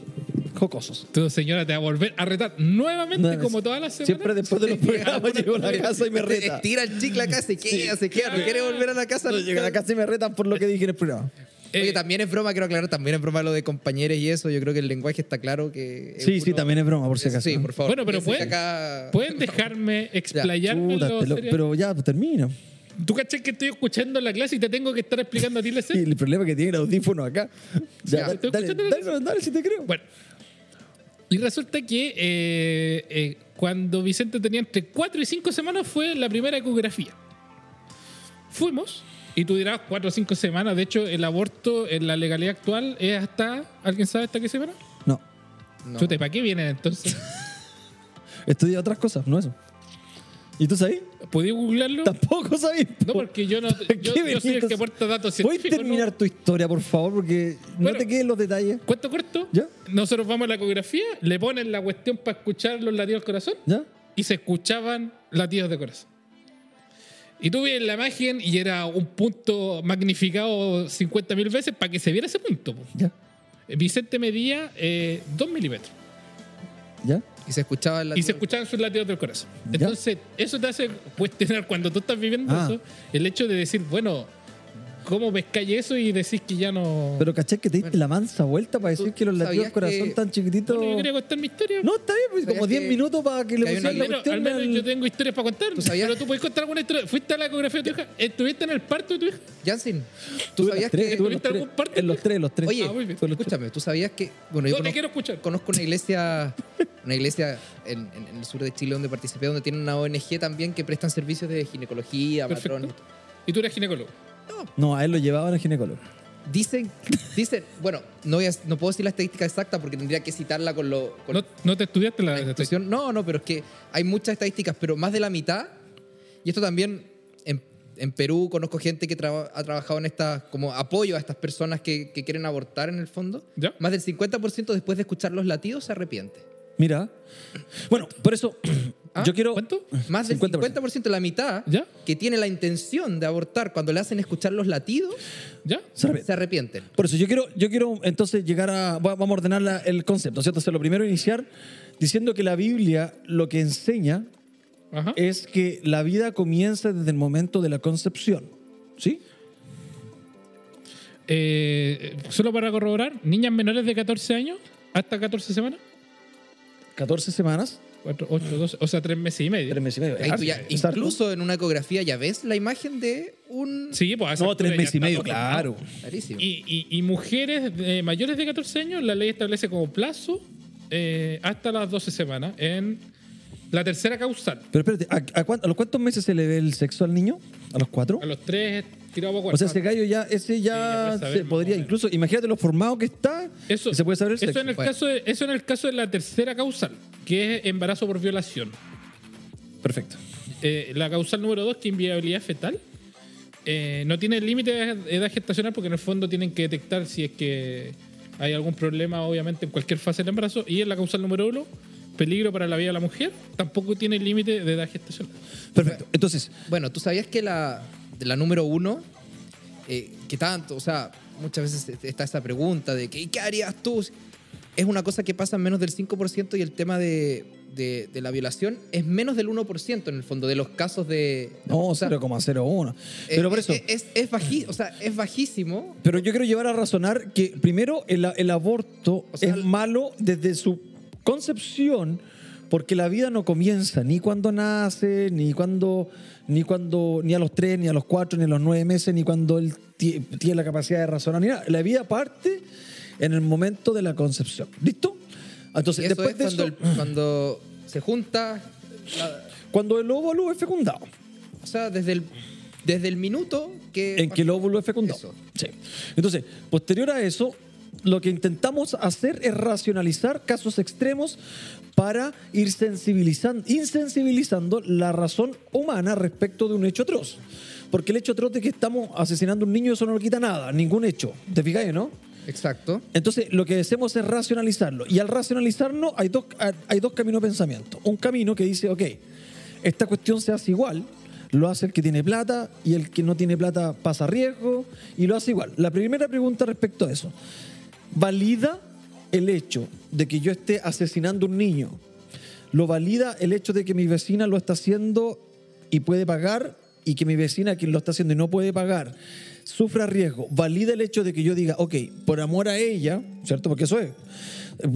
Speaker 1: jocosos.
Speaker 3: Tu señora te va a volver a retar nuevamente
Speaker 1: Nuevamente.
Speaker 3: como todas las semanas.
Speaker 1: Siempre después de los programas llego a la casa y me
Speaker 2: Te
Speaker 1: reta.
Speaker 2: Estira el chicle acá, se queda, se queda, no quiere volver a la casa.
Speaker 1: No, Llego a la casa y me retan por lo que dije en el programa.
Speaker 3: Eh,
Speaker 2: Oye, también es broma, quiero aclarar, también es broma lo de compañeros y eso. Yo creo que el lenguaje está claro que.
Speaker 1: Sí, sí, también es broma, por si
Speaker 2: eso,
Speaker 1: acaso.
Speaker 2: Sí, por favor.
Speaker 3: Bueno, pero
Speaker 2: Piensen
Speaker 3: pueden-
Speaker 2: que acá-
Speaker 3: ¿Pueden dejarme explayarme? en
Speaker 1: Puta,
Speaker 3: lo
Speaker 1: te lo-
Speaker 3: serio?
Speaker 1: pero ya pues, termina.
Speaker 3: ¿Tú caché que estoy escuchando la clase y te tengo que estar explicando a ti la
Speaker 1: Y
Speaker 3: escena?
Speaker 1: el problema es que tiene el audífono acá. Ya,
Speaker 3: Ya,
Speaker 1: dale,
Speaker 3: estoy
Speaker 1: dale,
Speaker 3: escuchando-
Speaker 1: dale, dale, si te creo.
Speaker 3: Bueno, y resulta que eh, eh, cuando Vicente tenía entre 4 y 5 semanas fue la primera ecografía. Fuimos, y tú dirás 4 o 5 semanas. De hecho, el aborto en la legalidad actual es hasta. ¿Alguien sabe hasta qué semana?
Speaker 1: No,
Speaker 2: No.
Speaker 3: Chute, ¿para qué vienen entonces?
Speaker 1: estudia otras cosas, no eso. ¿Y tú sabes?
Speaker 3: ¿Podí googlearlo?
Speaker 1: Tampoco sabes.
Speaker 3: No, porque yo no.
Speaker 1: ¿Para
Speaker 3: Yo,
Speaker 1: qué
Speaker 3: yo soy
Speaker 1: venís?
Speaker 3: el que aporta datos
Speaker 1: ¿Puedes
Speaker 3: científicos. ¿no?
Speaker 1: terminar tu historia, por favor? Porque no
Speaker 3: Bueno.
Speaker 1: te queden los detalles.
Speaker 3: ¿Cuánto corto?
Speaker 1: ¿Ya?
Speaker 3: Nosotros vamos a la ecografía, le ponen la cuestión para escuchar los latidos del corazón
Speaker 1: ¿Ya?
Speaker 3: y se escuchaban latidos de corazón. Y tú ves la imagen y era un punto magnificado 50.000 veces para que se viera ese punto. po.
Speaker 1: ¿Ya?
Speaker 3: Vicente medía eh, 2 milímetros
Speaker 1: ¿Ya?
Speaker 3: Ah.
Speaker 2: Y se escuchaba el
Speaker 3: y se
Speaker 2: latido.
Speaker 3: escuchaban sus latidos del corazón.
Speaker 1: Ya.
Speaker 3: Entonces, eso te hace cuestionar cuando tú estás viviendo
Speaker 1: Ah.
Speaker 3: eso, el hecho de decir, bueno, ¿cómo ves calle eso y decís que ya no...
Speaker 1: Pero caché que te diste la mansa vuelta para decir que los latidos del
Speaker 2: sabías
Speaker 1: corazón
Speaker 2: que-
Speaker 1: tan chiquititos.
Speaker 3: Bueno, yo quería contar mi historia.
Speaker 1: No, está bien, pues
Speaker 2: ¿Sabías
Speaker 1: como 10
Speaker 2: que-
Speaker 1: minutos para que le
Speaker 2: que hay un
Speaker 1: pusieran
Speaker 3: Al
Speaker 1: la
Speaker 3: menos,
Speaker 1: cuestión.
Speaker 3: al menos
Speaker 1: al-
Speaker 3: yo tengo historias para contar.
Speaker 2: ¿Tú sabías?
Speaker 3: Pero tú puedes contar alguna historia. ¿Fuiste a la ecografía de tu hija? ¿Estuviste en el parto de tu hija?
Speaker 2: Jansen,
Speaker 1: Tuve
Speaker 2: ¿tú
Speaker 1: los
Speaker 2: sabías
Speaker 1: tres,
Speaker 2: que.
Speaker 1: tuve los
Speaker 3: ¿Tuviste
Speaker 1: tres.
Speaker 3: algún parte?
Speaker 1: En los tres, los tres.
Speaker 2: Oye,
Speaker 3: Ah, muy bien.
Speaker 2: escúchame, tú sabías que. Bueno, yo
Speaker 3: No te
Speaker 2: conozco-
Speaker 3: quiero escuchar.
Speaker 2: conozco una iglesia, una iglesia en, en- en el sur de Chile donde participé, donde tienen una ONG también que prestan servicios de ginecología,
Speaker 3: Perfecto.
Speaker 2: matrones.
Speaker 3: Y tú eres ginecólogo.
Speaker 1: Ah, No, a él lo llevaban al ginecólogo.
Speaker 2: Dicen, dicen, bueno, no, voy a- no puedo decir la estadística exacta porque tendría que citarla con lo. con
Speaker 3: No, no te estudiaste la,
Speaker 2: la institución. No, no, pero es que hay muchas estadísticas, pero más de la mitad, y esto también en, en Perú conozco gente que traba- ha trabajado en estas, como apoyo a estas personas que, que quieren abortar en el fondo.
Speaker 3: ¿Ya?
Speaker 2: Más del 50% después de escuchar los latidos se arrepiente.
Speaker 1: Mira. Bueno, por eso
Speaker 2: ¿Ah?
Speaker 1: yo quiero.
Speaker 3: ¿Cuánto?
Speaker 2: Más del 50%, la mitad
Speaker 3: ¿Ya?
Speaker 2: que tiene la intención de abortar cuando le hacen escuchar los latidos
Speaker 3: ¿Ya?
Speaker 1: Se arrepiente.
Speaker 2: se arrepienten.
Speaker 1: Por eso yo quiero, yo quiero entonces llegar a. va- Vamos a ordenar la- el concepto, ¿cierto? O sea, lo primero iniciar diciendo que la Biblia lo que enseña
Speaker 3: Ajá.
Speaker 1: es que la vida comienza desde el momento de la concepción. ¿Sí?
Speaker 3: Eh, solo para corroborar, niñas menores de 14 años hasta 14 semanas.
Speaker 1: 14 semanas,
Speaker 3: 4, 8, 12, o sea, 3 meses y medio.
Speaker 1: 3 meses y medio.
Speaker 2: Ahí tú ya-
Speaker 1: Es harto.
Speaker 2: incluso en una ecografía ya ves la imagen de un...
Speaker 3: Sí, pues a esa
Speaker 1: No,
Speaker 3: altura
Speaker 1: 3
Speaker 3: ya
Speaker 1: meses y
Speaker 3: está
Speaker 1: medio,
Speaker 3: todo
Speaker 1: claro.
Speaker 2: Clarísimo.
Speaker 3: Y, y- y mujeres de- mayores de 14 años, la ley establece como plazo eh, hasta las 12 semanas en la tercera causal.
Speaker 1: Pero espérate, ¿a, a cuán- a los cuántos meses se le ve el sexo al niño? ¿A los cuatro?
Speaker 3: A los tres tirado para
Speaker 1: O
Speaker 3: cuatro.
Speaker 1: sea, ese gallo ya, ese
Speaker 3: ya
Speaker 1: ya,
Speaker 3: puede saber
Speaker 1: se
Speaker 3: más
Speaker 1: podría,
Speaker 3: o menos.
Speaker 1: incluso, imagínate lo formado que está,
Speaker 3: eso,
Speaker 1: y se puede saber el
Speaker 3: eso
Speaker 1: sexo.
Speaker 3: en el
Speaker 2: Bueno.
Speaker 3: caso de, eso en el caso de la tercera causal, que es embarazo por violación.
Speaker 1: Perfecto.
Speaker 3: Eh, la causal número dos, que es inviabilidad fetal, eh, no tiene límite de edad gestacional porque en el fondo tienen que detectar si es que hay algún problema, obviamente, en cualquier fase del embarazo. Y en la causal número uno, peligro para la vida de la mujer, tampoco tiene límite de edad gestacional.
Speaker 1: Perfecto. Entonces,
Speaker 2: Bueno, tú sabías que la, de la número uno, eh, que tanto, o sea, muchas veces está esa pregunta de que, "¿Y ¿qué harías tú? Es una cosa que pasa en menos del 5% y el tema de, de- de la violación es menos del 1% en el fondo de los casos de...
Speaker 1: no,
Speaker 2: o sea,
Speaker 1: 0,01.
Speaker 2: eh,
Speaker 1: Pero por eso.
Speaker 2: Es, es, bají- o sea, es bajísimo.
Speaker 1: Pero yo quiero llevar a razonar que primero el, el aborto
Speaker 2: O sea,
Speaker 1: es
Speaker 2: el-
Speaker 1: malo desde su concepción porque la vida no comienza ni cuando nace, ni cuando, ni cuando, ni a los tres, ni a los cuatro, ni a los nueve meses, ni cuando él ti- tiene la capacidad de razonar, ni nada. La vida parte en el momento de la concepción. ¿Listo?
Speaker 2: Y
Speaker 1: Entonces,
Speaker 2: eso
Speaker 1: después
Speaker 2: es
Speaker 1: de
Speaker 2: cuando,
Speaker 1: eso,
Speaker 2: el- cuando se junta, la-
Speaker 1: cuando el óvulo es fecundado.
Speaker 2: o sea, desde el, desde el minuto que...
Speaker 1: En que el óvulo es fecundado.
Speaker 2: Eso.
Speaker 1: Sí. Entonces, posterior a eso, lo que intentamos hacer es racionalizar casos extremos para ir sensibilizando, insensibilizando la razón humana respecto de un hecho atroz. Porque el hecho atroz de que estamos asesinando a un niño, eso no le quita nada, ningún hecho. ¿Te fijáis, no?
Speaker 2: Exacto.
Speaker 1: Entonces, lo que hacemos es racionalizarlo. Y al racionalizarlo, hay dos, hay dos caminos de pensamiento. Un camino que dice, ok, esta cuestión se hace igual, lo hace el que tiene plata y el que no tiene plata pasa riesgo y lo hace igual. La primera pregunta respecto a eso, ¿valida el hecho de que yo esté asesinando un niño? ¿Lo valida el hecho de que mi vecina lo está haciendo y puede pagar y que mi vecina quien lo está haciendo y no puede pagar? sufra riesgo, valida el hecho de que yo diga, ok, por amor a ella, ¿cierto? Porque eso es,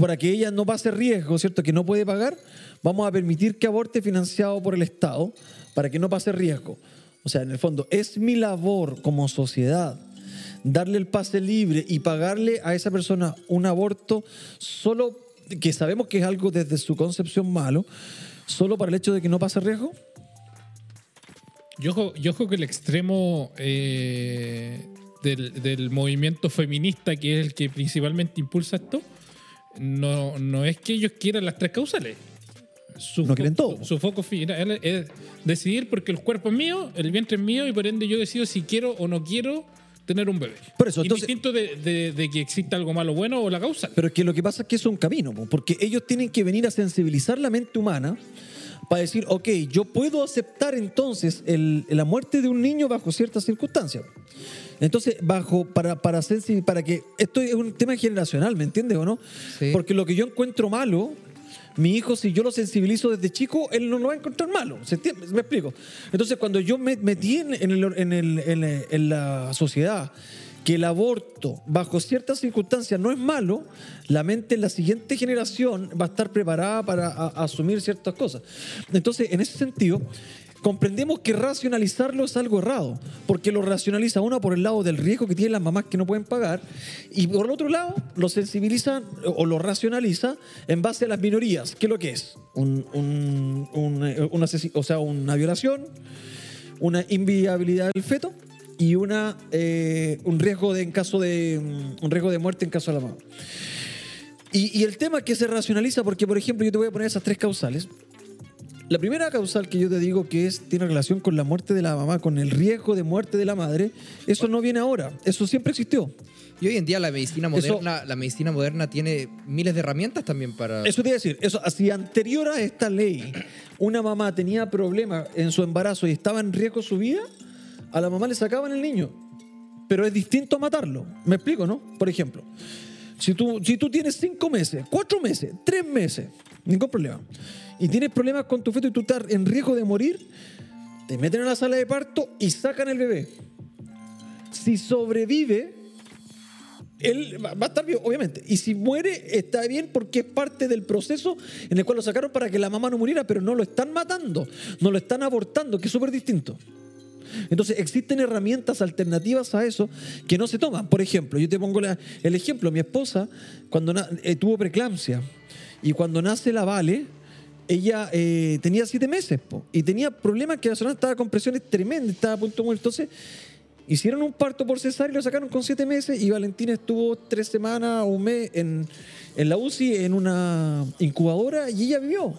Speaker 1: para que ella no pase riesgo, ¿cierto? Que no puede pagar, vamos a permitir que aborte financiado por el Estado para que no pase riesgo. O sea, en el fondo, es mi labor como sociedad darle el pase libre y pagarle a esa persona un aborto solo que sabemos que es algo desde su concepción malo, solo para el hecho de que no pase riesgo.
Speaker 3: Yo, jo- yo creo que el extremo eh, del, del movimiento feminista, que es el que principalmente impulsa esto, no, no es que ellos quieran las tres causales. Su
Speaker 1: No quieren
Speaker 3: foco-
Speaker 1: todo.
Speaker 3: Su foco final es decidir porque el cuerpo es mío, el vientre es mío y por ende yo decido si quiero o no quiero tener un bebé.
Speaker 1: Por eso, entonces-
Speaker 3: Indistinto de, de- de que exista algo malo o bueno o la causa.
Speaker 1: Pero es que lo que pasa es que eso es un camino, po, porque ellos tienen que venir a sensibilizar la mente humana para decir, ok, yo puedo aceptar entonces el- la muerte de un niño bajo ciertas circunstancias. Entonces, bajo, para, para, sensi- para que, esto es un tema generacional, ¿me entiendes o no?
Speaker 2: Sí.
Speaker 1: Porque lo que yo encuentro malo, mi hijo, si yo lo sensibilizo desde chico, él no lo va a encontrar malo, ¿se entiende? ¿Me explico? Entonces, cuando yo me metí en, en el- en el- en el- en la sociedad que el aborto bajo ciertas circunstancias no es malo, la mente en la siguiente generación va a estar preparada para a- asumir ciertas cosas. Entonces, en ese sentido, comprendemos que racionalizarlo es algo errado, porque lo racionaliza uno por el lado del riesgo que tienen las mamás que no pueden pagar, y por el otro lado lo sensibiliza o lo racionaliza en base a las minorías, que es lo que es, un, un- un, eh, un asesi- o sea, una violación, una inviabilidad del feto y una, eh, un, riesgo de, en caso de, mm, un riesgo de muerte en caso de la mamá. Y, y el tema es que se racionaliza porque, por ejemplo, yo te voy a poner esas tres causales. La primera causal que yo te digo que es, tiene relación con la muerte de la mamá, con el riesgo de muerte de la madre, eso no viene ahora, eso siempre existió.
Speaker 2: Y hoy en día la medicina
Speaker 1: Eso-
Speaker 2: moderna, la medicina moderna tiene miles de herramientas también para.
Speaker 1: Eso te iba a decir, eso, si anterior a esta ley una mamá tenía problemas en su embarazo y estaba en riesgo su vida, a la mamá le sacaban el niño. Pero es distinto a matarlo. ¿Me explico, no? Por ejemplo, si tú, si tú tienes cinco meses, cuatro meses, tres meses, ningún problema, y tienes problemas con tu feto y tú estás en riesgo de morir, te meten a la sala de parto y sacan el bebé. Si sobrevive, él va va a estar bien, obviamente. Y si muere, está bien porque es parte del proceso en el cual lo sacaron para que la mamá no muriera, pero no lo están matando, no lo están abortando, que es súper distinto. Entonces existen herramientas alternativas a eso que no se toman. Por ejemplo, yo te pongo la- el ejemplo, mi esposa cuando na- eh, tuvo preeclampsia y cuando nace la Vale, ella eh, tenía siete meses po, y tenía problemas que la zona estaba con presiones tremendas, estaba a punto de morir. Entonces hicieron un parto por cesárea y lo sacaron con siete meses y Valentina estuvo tres semanas o un mes en, en la UCI en una incubadora y ella vivió.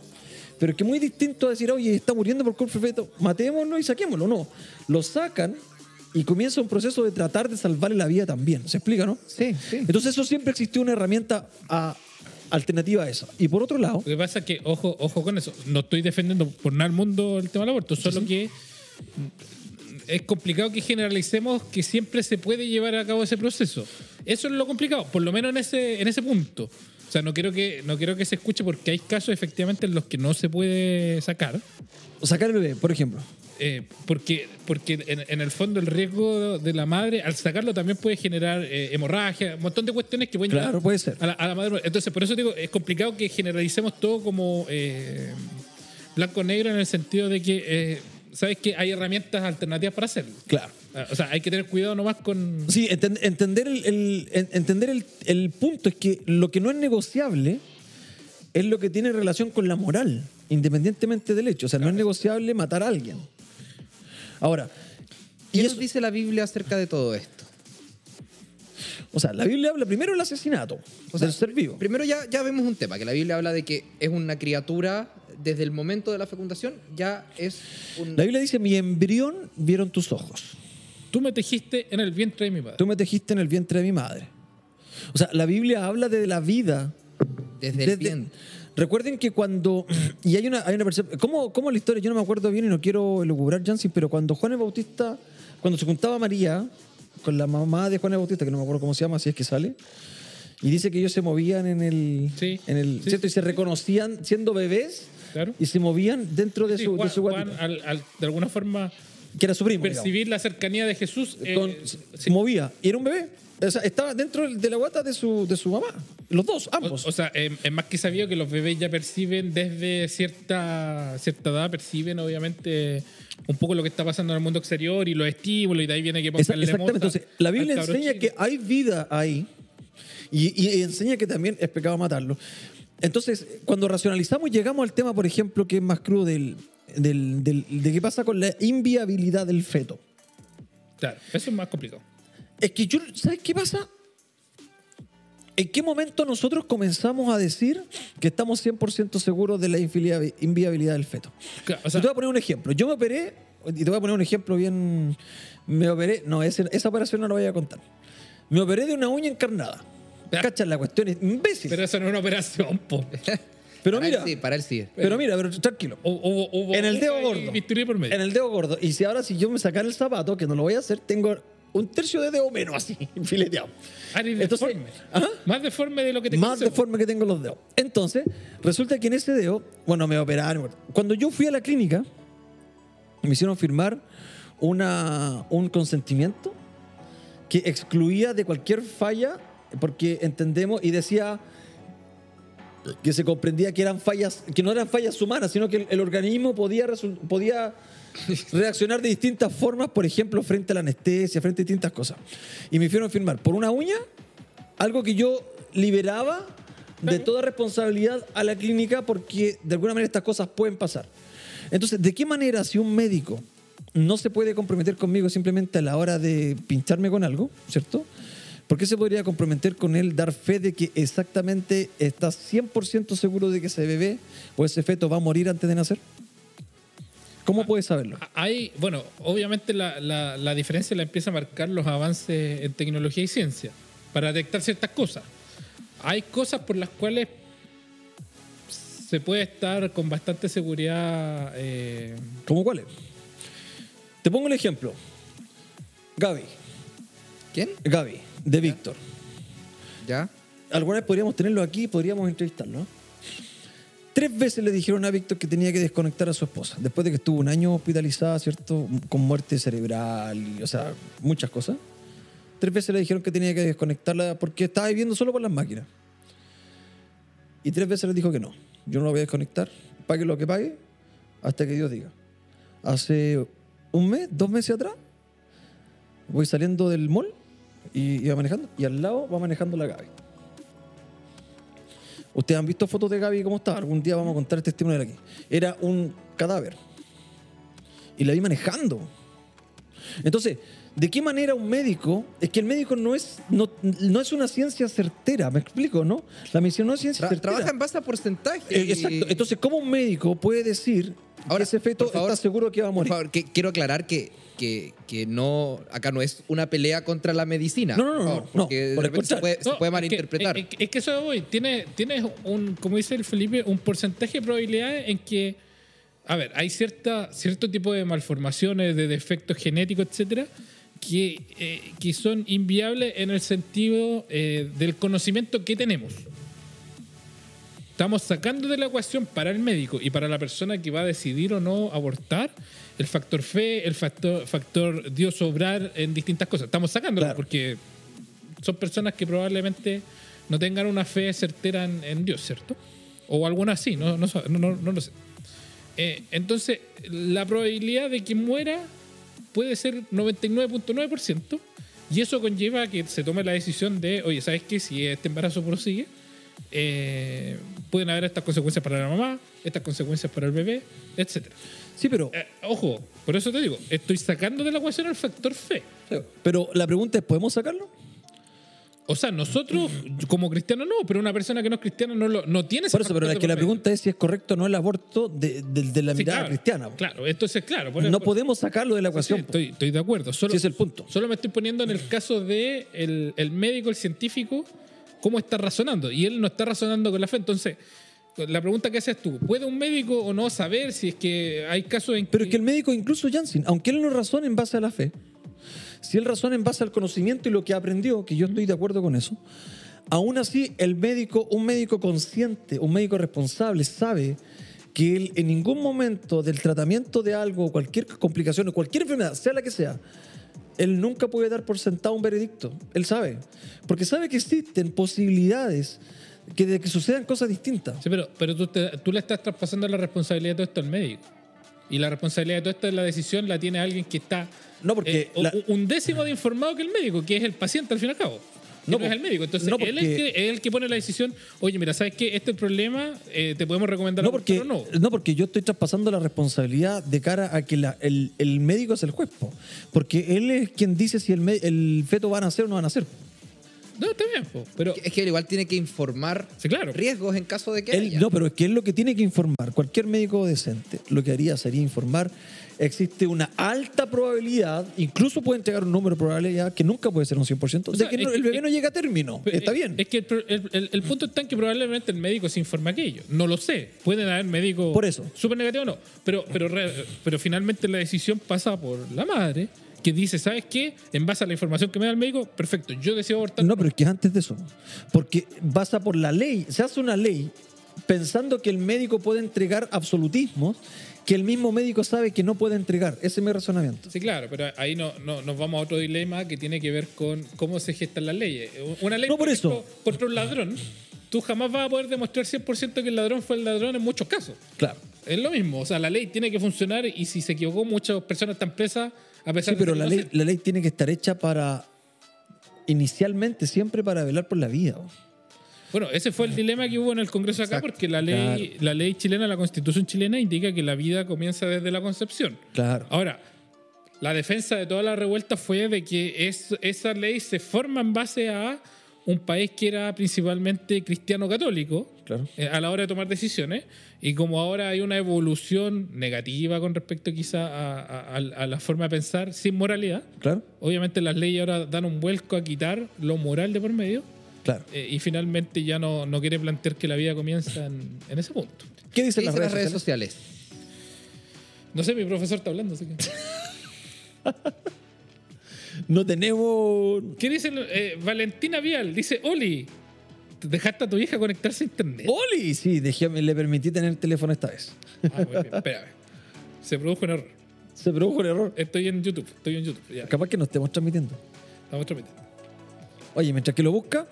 Speaker 1: Pero es que muy distinto a decir, oye, está muriendo por culpa del feto, matémoslo y saquémoslo. No, lo sacan y comienza un proceso de tratar de salvarle la vida también. ¿Se explica, no?
Speaker 2: Sí, sí.
Speaker 1: Entonces eso siempre existió una herramienta a- alternativa a esa. Y por otro lado,
Speaker 3: Lo que pasa es que, ojo, ojo con eso, no estoy defendiendo por nada al mundo el tema del aborto, solo que es complicado que generalicemos que siempre se puede llevar a cabo ese proceso. Eso es lo complicado, por lo menos en ese, en ese punto. O sea, no quiero, que, no quiero que se escuche porque hay casos efectivamente en los que no se puede sacar.
Speaker 1: sacar el bebé, por ejemplo.
Speaker 3: eh, porque porque en, en el fondo el riesgo de la madre al sacarlo también puede generar eh, hemorragia, un montón de cuestiones que pueden
Speaker 1: Claro,
Speaker 3: llevar
Speaker 1: puede ser.
Speaker 3: A, la, a la madre. Entonces, por eso digo, es complicado que generalicemos todo como eh, blanco-negro en el sentido de que, eh, ¿sabes que Hay herramientas alternativas para hacerlo.
Speaker 1: Claro.
Speaker 3: Ah, O sea, hay que tener cuidado nomás con...
Speaker 1: Sí, enten- entender, el, el- en- entender el, el punto es que lo que no es negociable es lo que tiene relación con la moral, independientemente del hecho. O sea, no es negociable matar a alguien. Ahora,
Speaker 2: ¿Qué
Speaker 1: y
Speaker 2: nos
Speaker 1: eso-
Speaker 2: dice la Biblia acerca de todo esto?
Speaker 1: O sea, la Biblia habla primero del asesinato,
Speaker 2: O sea,
Speaker 1: del ser vivo.
Speaker 2: Primero ya, ya vemos un tema, que la Biblia habla de que es una criatura, desde el momento de la fecundación ya es un...
Speaker 1: La Biblia dice, mi embrión vieron tus ojos.
Speaker 3: Tú me tejiste en el vientre de mi padre.
Speaker 1: Tú me tejiste en el vientre de mi madre. O sea, la Biblia habla de la vida.
Speaker 2: Desde el vientre.
Speaker 1: Recuerden que cuando. Y hay una, hay una percep- ¿Cómo, ¿Cómo la historia? Yo no me acuerdo bien y no quiero lucubrar, Jansi, pero cuando Juan el Bautista. Cuando se juntaba María con la mamá de Juan el Bautista, que no me acuerdo cómo se llama, si es que sale. Y dice que ellos se movían en el.
Speaker 3: Sí,
Speaker 1: En el
Speaker 3: sí,
Speaker 1: ¿Cierto? y
Speaker 3: sí,
Speaker 1: se reconocían siendo bebés.
Speaker 3: Claro.
Speaker 1: Y se movían dentro de
Speaker 3: Sí,
Speaker 1: su,
Speaker 3: Juan-
Speaker 1: de su
Speaker 3: Juan, ah,
Speaker 1: guatita,
Speaker 3: al- al- de alguna forma,
Speaker 1: que era su primo. digamos.
Speaker 3: percibir la cercanía de Jesús. eh,
Speaker 1: Con- se
Speaker 3: sí.
Speaker 1: movía y era un bebé. O sea, estaba dentro de la guata de su, de su mamá. Los dos,
Speaker 3: O,
Speaker 1: ambos.
Speaker 3: o sea, em- es más que sabido que los bebés ya perciben desde cierta, cierta edad, perciben obviamente un poco lo que está pasando en el mundo exterior y los estímulos, y de ahí viene que
Speaker 1: Esa-
Speaker 3: ponganle
Speaker 1: exactamente.
Speaker 3: mota
Speaker 1: Entonces, la
Speaker 3: al
Speaker 1: Biblia
Speaker 3: cabro
Speaker 1: enseña
Speaker 3: chico.
Speaker 1: que hay vida ahí y, y enseña que también es pecado matarlo. Entonces, cuando racionalizamos, llegamos al tema, por ejemplo, que es más crudo del, del- del- de qué pasa con la inviabilidad del feto.
Speaker 3: Claro, eso es más complicado.
Speaker 1: Es que yo, ¿sabes qué pasa? ¿En qué momento nosotros comenzamos a decir que estamos 100% seguros de la infilia- inviabilidad del feto?
Speaker 3: Claro, o sea,
Speaker 1: yo te voy a poner un ejemplo. Yo me operé, y te voy a poner un ejemplo bien. Me operé, no, ese- esa operación no la voy a contar. Me operé de una uña encarnada.
Speaker 3: Ya.
Speaker 1: Cachan la cuestión, es imbécil.
Speaker 3: pero
Speaker 1: Pero,
Speaker 3: eso no es una operación, po.
Speaker 2: para
Speaker 1: mira,
Speaker 2: él sí, para él sí.
Speaker 1: pero mira, pero tranquilo.
Speaker 3: Hu- Hubo, hubo
Speaker 1: En el dedo
Speaker 3: y
Speaker 1: gordo.
Speaker 3: bisturí por medio.
Speaker 1: En el dedo gordo. Y si ahora, si yo me sacara el zapato, que no lo voy a hacer, tengo un tercio de dedo menos así, fileteado.
Speaker 3: Ah, eres
Speaker 1: Entonces,
Speaker 3: deforme.
Speaker 1: ¿ah?
Speaker 3: Más deforme de lo que te
Speaker 1: más
Speaker 3: conoce, po.
Speaker 1: deforme que tengo los dedos. Entonces, resulta que en ese dedo, bueno, me operaron. Cuando yo fui a la clínica, me hicieron firmar una, un consentimiento que excluía de cualquier falla, porque entendemos, y decía que se comprendía que eran fallas, que no eran fallas humanas, sino que el, el organismo podía, resu- podía reaccionar de distintas formas, por ejemplo, frente a la anestesia, frente a distintas cosas. Y me hicieron firmar por una uña algo que yo liberaba de toda responsabilidad a la clínica porque de alguna manera estas cosas pueden pasar. Entonces, ¿de qué manera si un médico no se puede comprometer conmigo simplemente a la hora de pincharme con algo, ¿cierto? ¿Por qué se podría comprometer con él, dar fe de que exactamente estás 100% seguro de que ese bebé o ese feto va a morir antes de nacer? ¿Cómo puedes saberlo?
Speaker 3: Hay, bueno, obviamente la, la- la diferencia la empieza a marcar los avances en tecnología y ciencia para detectar ciertas cosas. Hay cosas por las cuales se puede estar con bastante seguridad. eh,
Speaker 1: ¿Cómo cuál es? Te pongo el ejemplo. Gaby,
Speaker 2: ¿Quién?
Speaker 1: Gaby, de Víctor.
Speaker 2: ¿Ya?
Speaker 1: alguna vez podríamos tenerlo aquí y podríamos entrevistarlo. ¿no? Tres veces le dijeron a Víctor que tenía que desconectar a su esposa, después de que estuvo un año hospitalizada, ¿cierto? Con muerte cerebral, y, o sea, muchas cosas. Tres veces le dijeron que tenía que desconectarla porque estaba viviendo solo por las máquinas. Y tres veces le dijo que no, yo no la voy a desconectar, pague lo que pague, hasta que Dios diga. Hace un mes, dos meses atrás, voy saliendo del mall y iba manejando, y al lado va manejando la Gaby. Ustedes han visto fotos de Gaby cómo está. Algún día vamos a contar el testimonio de aquí. Era un cadáver. Y la vi manejando. Entonces, ¿de qué manera un médico? Es que el médico no es, no, no es una ciencia certera. ¿Me explico, no? La medicina no es ciencia
Speaker 2: Tra-
Speaker 1: certera.
Speaker 2: trabaja en base a porcentaje.
Speaker 1: Eh, Exacto. Entonces, ¿cómo un médico puede decir que
Speaker 2: Ahora,
Speaker 1: ese feto
Speaker 2: por favor,
Speaker 1: está seguro que va a
Speaker 2: Por
Speaker 1: morir?
Speaker 2: favor, que- quiero aclarar que, que, que no, acá no es una pelea contra la medicina.
Speaker 1: No, no, no,
Speaker 2: por favor,
Speaker 1: no, no,
Speaker 2: porque de
Speaker 1: por el
Speaker 2: repente se
Speaker 1: contrario.
Speaker 2: puede, se puede
Speaker 3: no, es que-
Speaker 2: malinterpretar.
Speaker 3: Es que, es que eso voy. Tiene- Tienes un, como dice el Felipe, un porcentaje de probabilidades en que, a ver, hay cierta, cierto tipo de malformaciones, de defectos genéticos, etcétera, que, eh, que son inviables en el sentido eh, del conocimiento que tenemos. Estamos sacando de la ecuación para el médico y para la persona que va a decidir o no abortar el factor fe, el factor, factor Dios obrar en distintas cosas. Estamos sacándolo
Speaker 1: Claro.
Speaker 3: porque son personas que probablemente no tengan una fe certera en, en Dios, ¿cierto? O alguna así, no, no, sab- no, no- no lo sé. Eh, entonces, la probabilidad de que muera puede ser 99.9% y eso conlleva que se tome la decisión de, oye, ¿sabes qué? Si este embarazo prosigue, eh, pueden haber estas consecuencias para la mamá, estas consecuencias para el bebé, etc.
Speaker 1: Sí, pero,
Speaker 3: Eh. ojo, por eso te digo, estoy sacando de la ecuación el factor fe.
Speaker 1: pero la pregunta es, ¿podemos sacarlo?
Speaker 3: O sea, nosotros como cristianos no, pero una persona que no es cristiana no, lo- no tiene ese
Speaker 1: Por eso, pero
Speaker 3: factor
Speaker 1: es
Speaker 3: de
Speaker 1: que la
Speaker 3: promedio.
Speaker 1: pregunta es si es correcto o no el aborto de, de- de la
Speaker 3: Sí,
Speaker 1: mirada
Speaker 3: claro,
Speaker 1: cristiana. po.
Speaker 3: Claro, entonces, claro. por-
Speaker 1: no
Speaker 3: por-
Speaker 1: podemos sacarlo de la
Speaker 3: sí,
Speaker 1: ecuación. po.
Speaker 3: estoy, estoy de acuerdo. Solo,
Speaker 1: Sí, es el punto.
Speaker 3: Solo me estoy poniendo en el caso de el, el médico, el científico, cómo está razonando. Y él no está razonando con la fe. Entonces, la pregunta que haces tú, ¿puede un médico o no saber si es que hay casos en
Speaker 1: Pero es que el médico, incluso Janssen, aunque él no razone en base a la fe, si él razona en base al conocimiento y lo que aprendió, que yo estoy de acuerdo con eso, aún así el médico, un médico consciente, un médico responsable, sabe que él en ningún momento del tratamiento de algo, cualquier complicación o cualquier enfermedad, sea la que sea, él nunca puede dar por sentado un veredicto. Él sabe. Porque sabe que existen posibilidades que de que sucedan cosas distintas.
Speaker 3: Sí, pero, pero tú, te- tú le estás traspasando la responsabilidad de todo esto al médico. Y la responsabilidad de todo esto de la decisión la tiene alguien que está
Speaker 1: No, porque
Speaker 3: eh, o-
Speaker 1: la-
Speaker 3: un décimo de informado que el médico, que es el paciente al fin y al cabo. que
Speaker 1: No,
Speaker 3: No,
Speaker 1: por-
Speaker 3: es el médico. Entonces,
Speaker 1: no,
Speaker 3: él es,
Speaker 1: porque-
Speaker 3: que, es el que pone la decisión. Oye, mira, ¿sabes qué? Este es el problema, eh, te podemos recomendar
Speaker 1: No
Speaker 3: abortar
Speaker 1: porque,
Speaker 3: o no.
Speaker 1: no, porque yo estoy traspasando la responsabilidad de cara a que la- el, el médico es el juez, po. porque él es quien dice si el, me- el feto va a nacer o no va a nacer.
Speaker 3: No, está bien, po, pero.
Speaker 2: Es que él igual tiene que informar
Speaker 3: Sí, claro.
Speaker 2: riesgos en caso de que
Speaker 1: Él-
Speaker 2: haya.
Speaker 1: no, pero es que es lo que tiene que informar. Cualquier médico decente lo que haría sería informar. Existe una alta probabilidad, incluso puede entregar un número de probabilidad que nunca puede ser un 100%, de
Speaker 3: sea,
Speaker 1: que
Speaker 3: es
Speaker 1: no-
Speaker 3: que-
Speaker 1: el bebé
Speaker 3: es-
Speaker 1: no llega a término.
Speaker 3: Pero
Speaker 1: Está
Speaker 3: es-
Speaker 1: bien.
Speaker 3: Eh, Es que el, pro- el- el- el punto está en que probablemente el médico se informa aquello. No lo sé. Pueden haber médicos.
Speaker 1: Por eso.
Speaker 3: Súper negativos o no. Pero, pero, re- pero finalmente la decisión pasa por la madre, que dice: ¿Sabes qué? En base a la información que me da el médico, perfecto, yo deseo abortar.
Speaker 1: No, pero es que es antes de eso. Porque basa por la ley, se hace una ley pensando que el médico puede entregar absolutismos que el mismo médico sabe que no puede entregar. Ese es mi razonamiento.
Speaker 3: Sí, claro, pero ahí no, no- nos vamos a otro dilema que tiene que ver con cómo se gestan las leyes. Una ley
Speaker 1: No, por eso.
Speaker 3: ejemplo, contra un ladrón, tú jamás vas a poder demostrar 100% que el ladrón fue el ladrón en muchos casos.
Speaker 1: Claro.
Speaker 3: Es lo mismo, o sea, la ley tiene que funcionar y si se equivocó muchas personas están presas a pesar
Speaker 1: Sí,
Speaker 3: de
Speaker 1: pero
Speaker 3: que
Speaker 1: la
Speaker 3: no
Speaker 1: ley,
Speaker 3: hacen.
Speaker 1: la ley tiene que estar hecha para, inicialmente, siempre para velar por la vida. ¿no?
Speaker 3: Bueno, ese fue el dilema que hubo en el Congreso acá
Speaker 2: Exacto,
Speaker 3: porque la ley, la ley chilena, la Constitución chilena indica que la vida comienza desde la concepción.
Speaker 1: Claro.
Speaker 3: Ahora, la defensa de toda la revuelta fue de que es- esa ley se forma en base a un país que era principalmente cristiano católico
Speaker 1: Claro.
Speaker 3: eh, a la hora de tomar decisiones y como ahora hay una evolución negativa con respecto quizá a, a- a- a la forma de pensar sin moralidad,
Speaker 1: Claro.
Speaker 3: obviamente las leyes ahora dan un vuelco a quitar lo moral de por medio
Speaker 1: Claro.
Speaker 3: eh, y finalmente ya no, no quiere plantear que la vida comienza en, en ese punto.
Speaker 1: ¿Qué
Speaker 2: ¿Qué
Speaker 1: dicen las
Speaker 2: dicen
Speaker 1: redes,
Speaker 2: las redes
Speaker 1: sociales?
Speaker 2: sociales?
Speaker 3: No sé, mi profesor está hablando, así que...
Speaker 1: No tenemos...
Speaker 3: ¿Qué dice eh, Valentina Vial? Dice, Oli, dejaste a tu hija conectarse a internet.
Speaker 1: ¡Oli! Sí, dejé- le permití tener el teléfono esta vez.
Speaker 3: Ah, muy bien, espérame. Se produjo un error.
Speaker 1: Se produjo el error. Eh,
Speaker 3: Estoy en YouTube, estoy en YouTube. Ya,
Speaker 1: Capaz que no estemos transmitiendo.
Speaker 3: estamos transmitiendo.
Speaker 1: Oye, mientras que lo busca.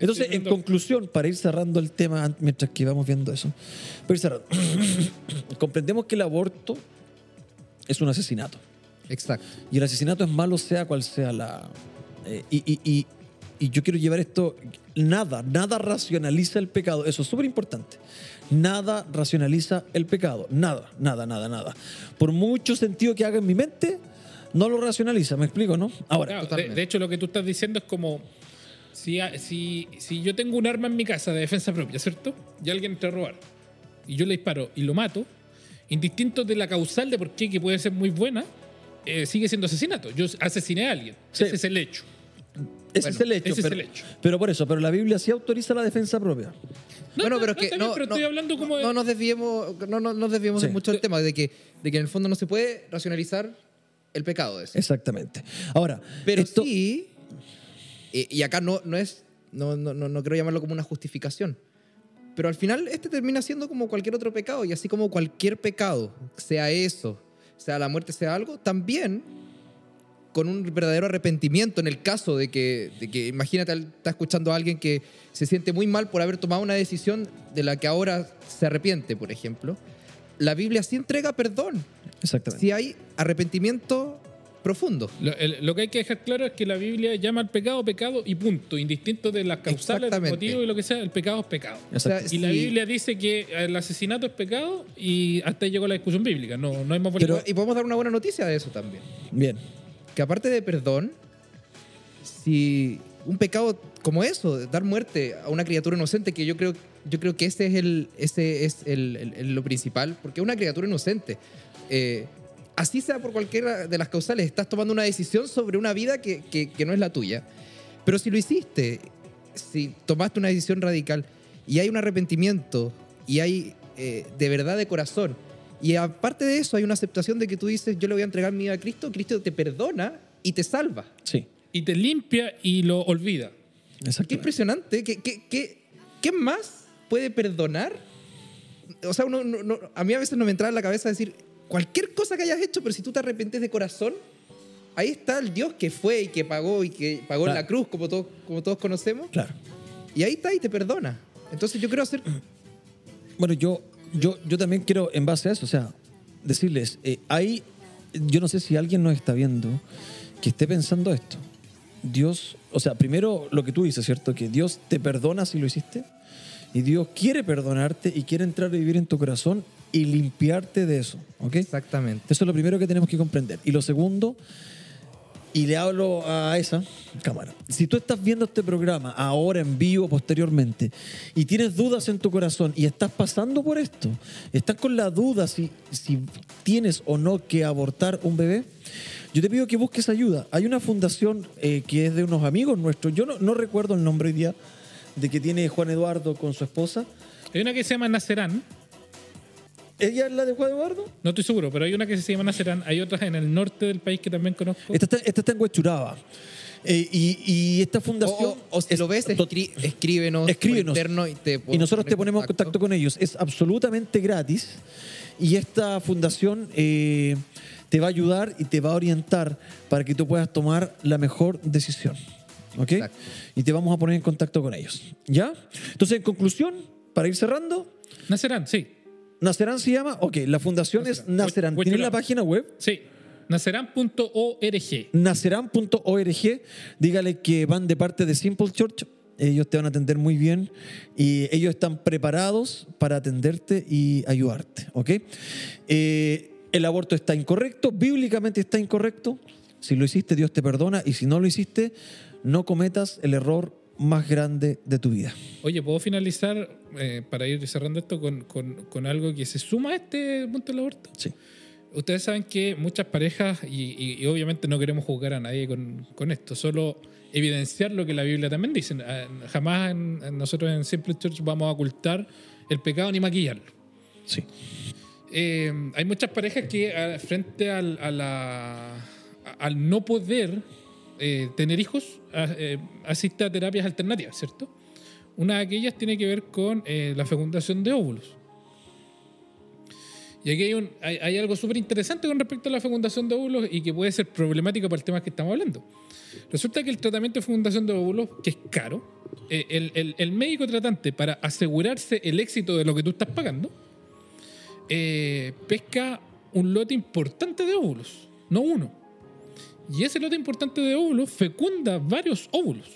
Speaker 1: Entonces, en
Speaker 3: viendo-
Speaker 1: conclusión, para ir cerrando el tema, an- mientras que vamos viendo eso, para ir cerrando, comprendemos que el aborto es un asesinato.
Speaker 2: Exacto.
Speaker 1: Y el asesinato es malo sea cual sea la... eh, y, y- y- y yo quiero llevar esto... Nada, nada racionaliza el pecado. Eso es súper importante. Nada racionaliza el pecado. Nada, nada, nada, nada. Por mucho sentido que haga en mi mente, no lo racionaliza. ¿Me explico, no? Ahora,
Speaker 3: Claro, de,
Speaker 2: totalmente.
Speaker 3: de hecho, lo que tú estás diciendo es como, si, a- si, si yo tengo un arma en mi casa de defensa propia, ¿cierto? Y alguien entra a robar, y yo le disparo y lo mato, indistinto de la causal de por qué, que puede ser muy buena, eh, sigue siendo asesinato. Yo asesiné a alguien.
Speaker 1: Sí.
Speaker 3: Ese es el hecho.
Speaker 1: ese
Speaker 2: bueno,
Speaker 1: es el hecho.
Speaker 3: ese es
Speaker 1: pero-
Speaker 3: el hecho.
Speaker 1: Pero por eso, pero la Biblia sí autoriza la defensa propia.
Speaker 2: bueno, pero es que
Speaker 3: está bien,
Speaker 2: no,
Speaker 3: pero
Speaker 2: no-
Speaker 3: estoy hablando como
Speaker 2: no-
Speaker 3: de...
Speaker 2: no nos desviemos, no, no nos desviemos
Speaker 1: Sí.
Speaker 2: de mucho del tema de que, de que en el fondo no se puede racionalizar el pecado de eso.
Speaker 1: Exactamente. Ahora,
Speaker 2: Pero
Speaker 1: esto-
Speaker 2: sí, eh, y, y acá no, no es, no, no, no, no quiero llamarlo como una justificación, pero al final este termina siendo como cualquier otro pecado, y así como cualquier pecado, sea eso, sea la muerte, sea algo, también con un verdadero arrepentimiento en el caso de que, de que imagínate, al- está escuchando a alguien que se siente muy mal por haber tomado una decisión de la que ahora se arrepiente, por ejemplo. La Biblia sí entrega perdón
Speaker 1: Exactamente.
Speaker 2: si hay arrepentimiento profundo.
Speaker 3: Lo, el- lo que hay que dejar claro es que la Biblia llama al pecado pecado y punto, indistinto de las causales, del
Speaker 2: Exactamente.
Speaker 3: motivo y lo que sea, el pecado es pecado.
Speaker 2: O sea,
Speaker 1: Exacto.
Speaker 3: Y la
Speaker 2: sí.
Speaker 3: Biblia dice que el asesinato es pecado y hasta ahí llegó la discusión bíblica, no, no hay más
Speaker 1: Pero-
Speaker 3: volver.
Speaker 2: Y podemos dar una buena noticia de eso también.
Speaker 1: Bien.
Speaker 2: Que aparte de perdón, si un pecado como eso, dar muerte a una criatura inocente, que yo creo, yo creo que este es, el, este es el, el- el- lo principal, porque es una criatura inocente. Eh, así sea por cualquiera de las causales, estás tomando una decisión sobre una vida que, que- que no es la tuya. Pero si lo hiciste, si tomaste una decisión radical y hay un arrepentimiento y hay eh, de verdad de corazón, y aparte de eso hay una aceptación de que tú dices, yo le voy a entregar mi vida a Cristo, Cristo te perdona y te salva.
Speaker 1: Sí,
Speaker 3: Y te limpia y lo olvida.
Speaker 2: Qué
Speaker 1: exacto.
Speaker 2: impresionante. ¿Qué, qué, qué, qué más puede perdonar? O sea, uno, no- no- a mí a veces no me entraba en la cabeza decir cualquier cosa que hayas hecho, pero si tú te arrepentes de corazón, ahí está el Dios que fue y que pagó y que pagó en la
Speaker 1: Claro.
Speaker 2: cruz, como todos, como todos conocemos,
Speaker 1: Claro.
Speaker 2: y ahí está y te perdona. Entonces yo quiero hacer...
Speaker 1: Bueno, yo, yo, yo también quiero, en base a eso, o sea, decirles, eh, hay, yo no sé si alguien nos está viendo que esté pensando esto. Dios, o sea, primero lo que tú dices, ¿cierto? Que Dios te perdona si lo hiciste y Dios quiere perdonarte y quiere entrar a vivir en tu corazón y limpiarte de eso, ¿ok?
Speaker 2: Exactamente.
Speaker 1: Eso es lo primero que tenemos que comprender. Y lo segundo, y le hablo a esa cámara. Si tú estás viendo este programa ahora en vivo, posteriormente, y tienes dudas en tu corazón y estás pasando por esto, estás con la duda si, si tienes o no que abortar un bebé, yo te pido que busques ayuda. Hay una fundación eh, que es de unos amigos nuestros, yo no, no recuerdo el nombre hoy día, de que tiene Juan Eduardo con su esposa.
Speaker 3: Hay una que se llama Nacerán.
Speaker 1: ¿Ella es la de Juan Eduardo?
Speaker 3: No estoy seguro, pero hay una que se llama Nacerán. Hay otras en el norte del país que también conozco.
Speaker 1: Esta Este está, esta está en Huechuraba. Eh, y, y esta
Speaker 2: O,
Speaker 1: fundación.
Speaker 2: o- o si
Speaker 1: es
Speaker 2: lo ves,
Speaker 1: tot-
Speaker 2: escri- escríbenos, por
Speaker 1: Escríbenos.
Speaker 2: interno y, te
Speaker 1: y nosotros te ponemos en contacto con ellos. Es absolutamente gratis. Y esta fundación eh, te va a ayudar y te va a orientar para que tú puedas tomar la mejor decisión. ¿Ok?
Speaker 2: Exacto.
Speaker 1: Y te vamos a poner en contacto con ellos. ¿Ya? Entonces, en conclusión, para ir cerrando,
Speaker 3: Nacerán, sí.
Speaker 1: Nacerán se llama. Ok, la fundación es Nacerán.
Speaker 3: Hue-
Speaker 1: Tienen la
Speaker 3: Huechuraba.
Speaker 1: página web.
Speaker 3: Sí. Nacerán.org.
Speaker 1: nacerán.org. Dígale que van de parte de Simple Church. Ellos te van a atender muy bien y ellos están preparados para atenderte y ayudarte. ¿ok? Eh, el aborto está incorrecto, bíblicamente está incorrecto. Si lo hiciste, Dios te perdona. Y si no lo hiciste, no cometas el error más grande de tu vida.
Speaker 3: Oye, ¿puedo finalizar eh, para ir cerrando esto con, con- con algo que se suma a este punto del aborto?
Speaker 1: Sí.
Speaker 3: Ustedes saben que muchas parejas, y, y- y obviamente no queremos juzgar a nadie con, con esto, solo evidenciar lo que la Biblia también dice. Ah, Jamás en- en nosotros en Simple Church vamos a ocultar el pecado ni maquillarlo.
Speaker 1: Sí.
Speaker 3: Eh, hay muchas parejas que a- frente al, a la- a- al no poder eh, tener hijos a- eh, asiste a terapias alternativas, ¿cierto? Una de aquellas tiene que ver con eh, la fecundación de óvulos. Y aquí hay, un- hay- hay algo súper interesante con respecto a la fecundación de óvulos y que puede ser problemático para el tema que estamos hablando. Resulta que el tratamiento de fecundación de óvulos, que es caro, eh, el- el- el médico tratante, para asegurarse el éxito de lo que tú estás pagando, eh, pesca un lote importante de óvulos, no uno. Y ese lote importante de óvulos fecunda varios óvulos.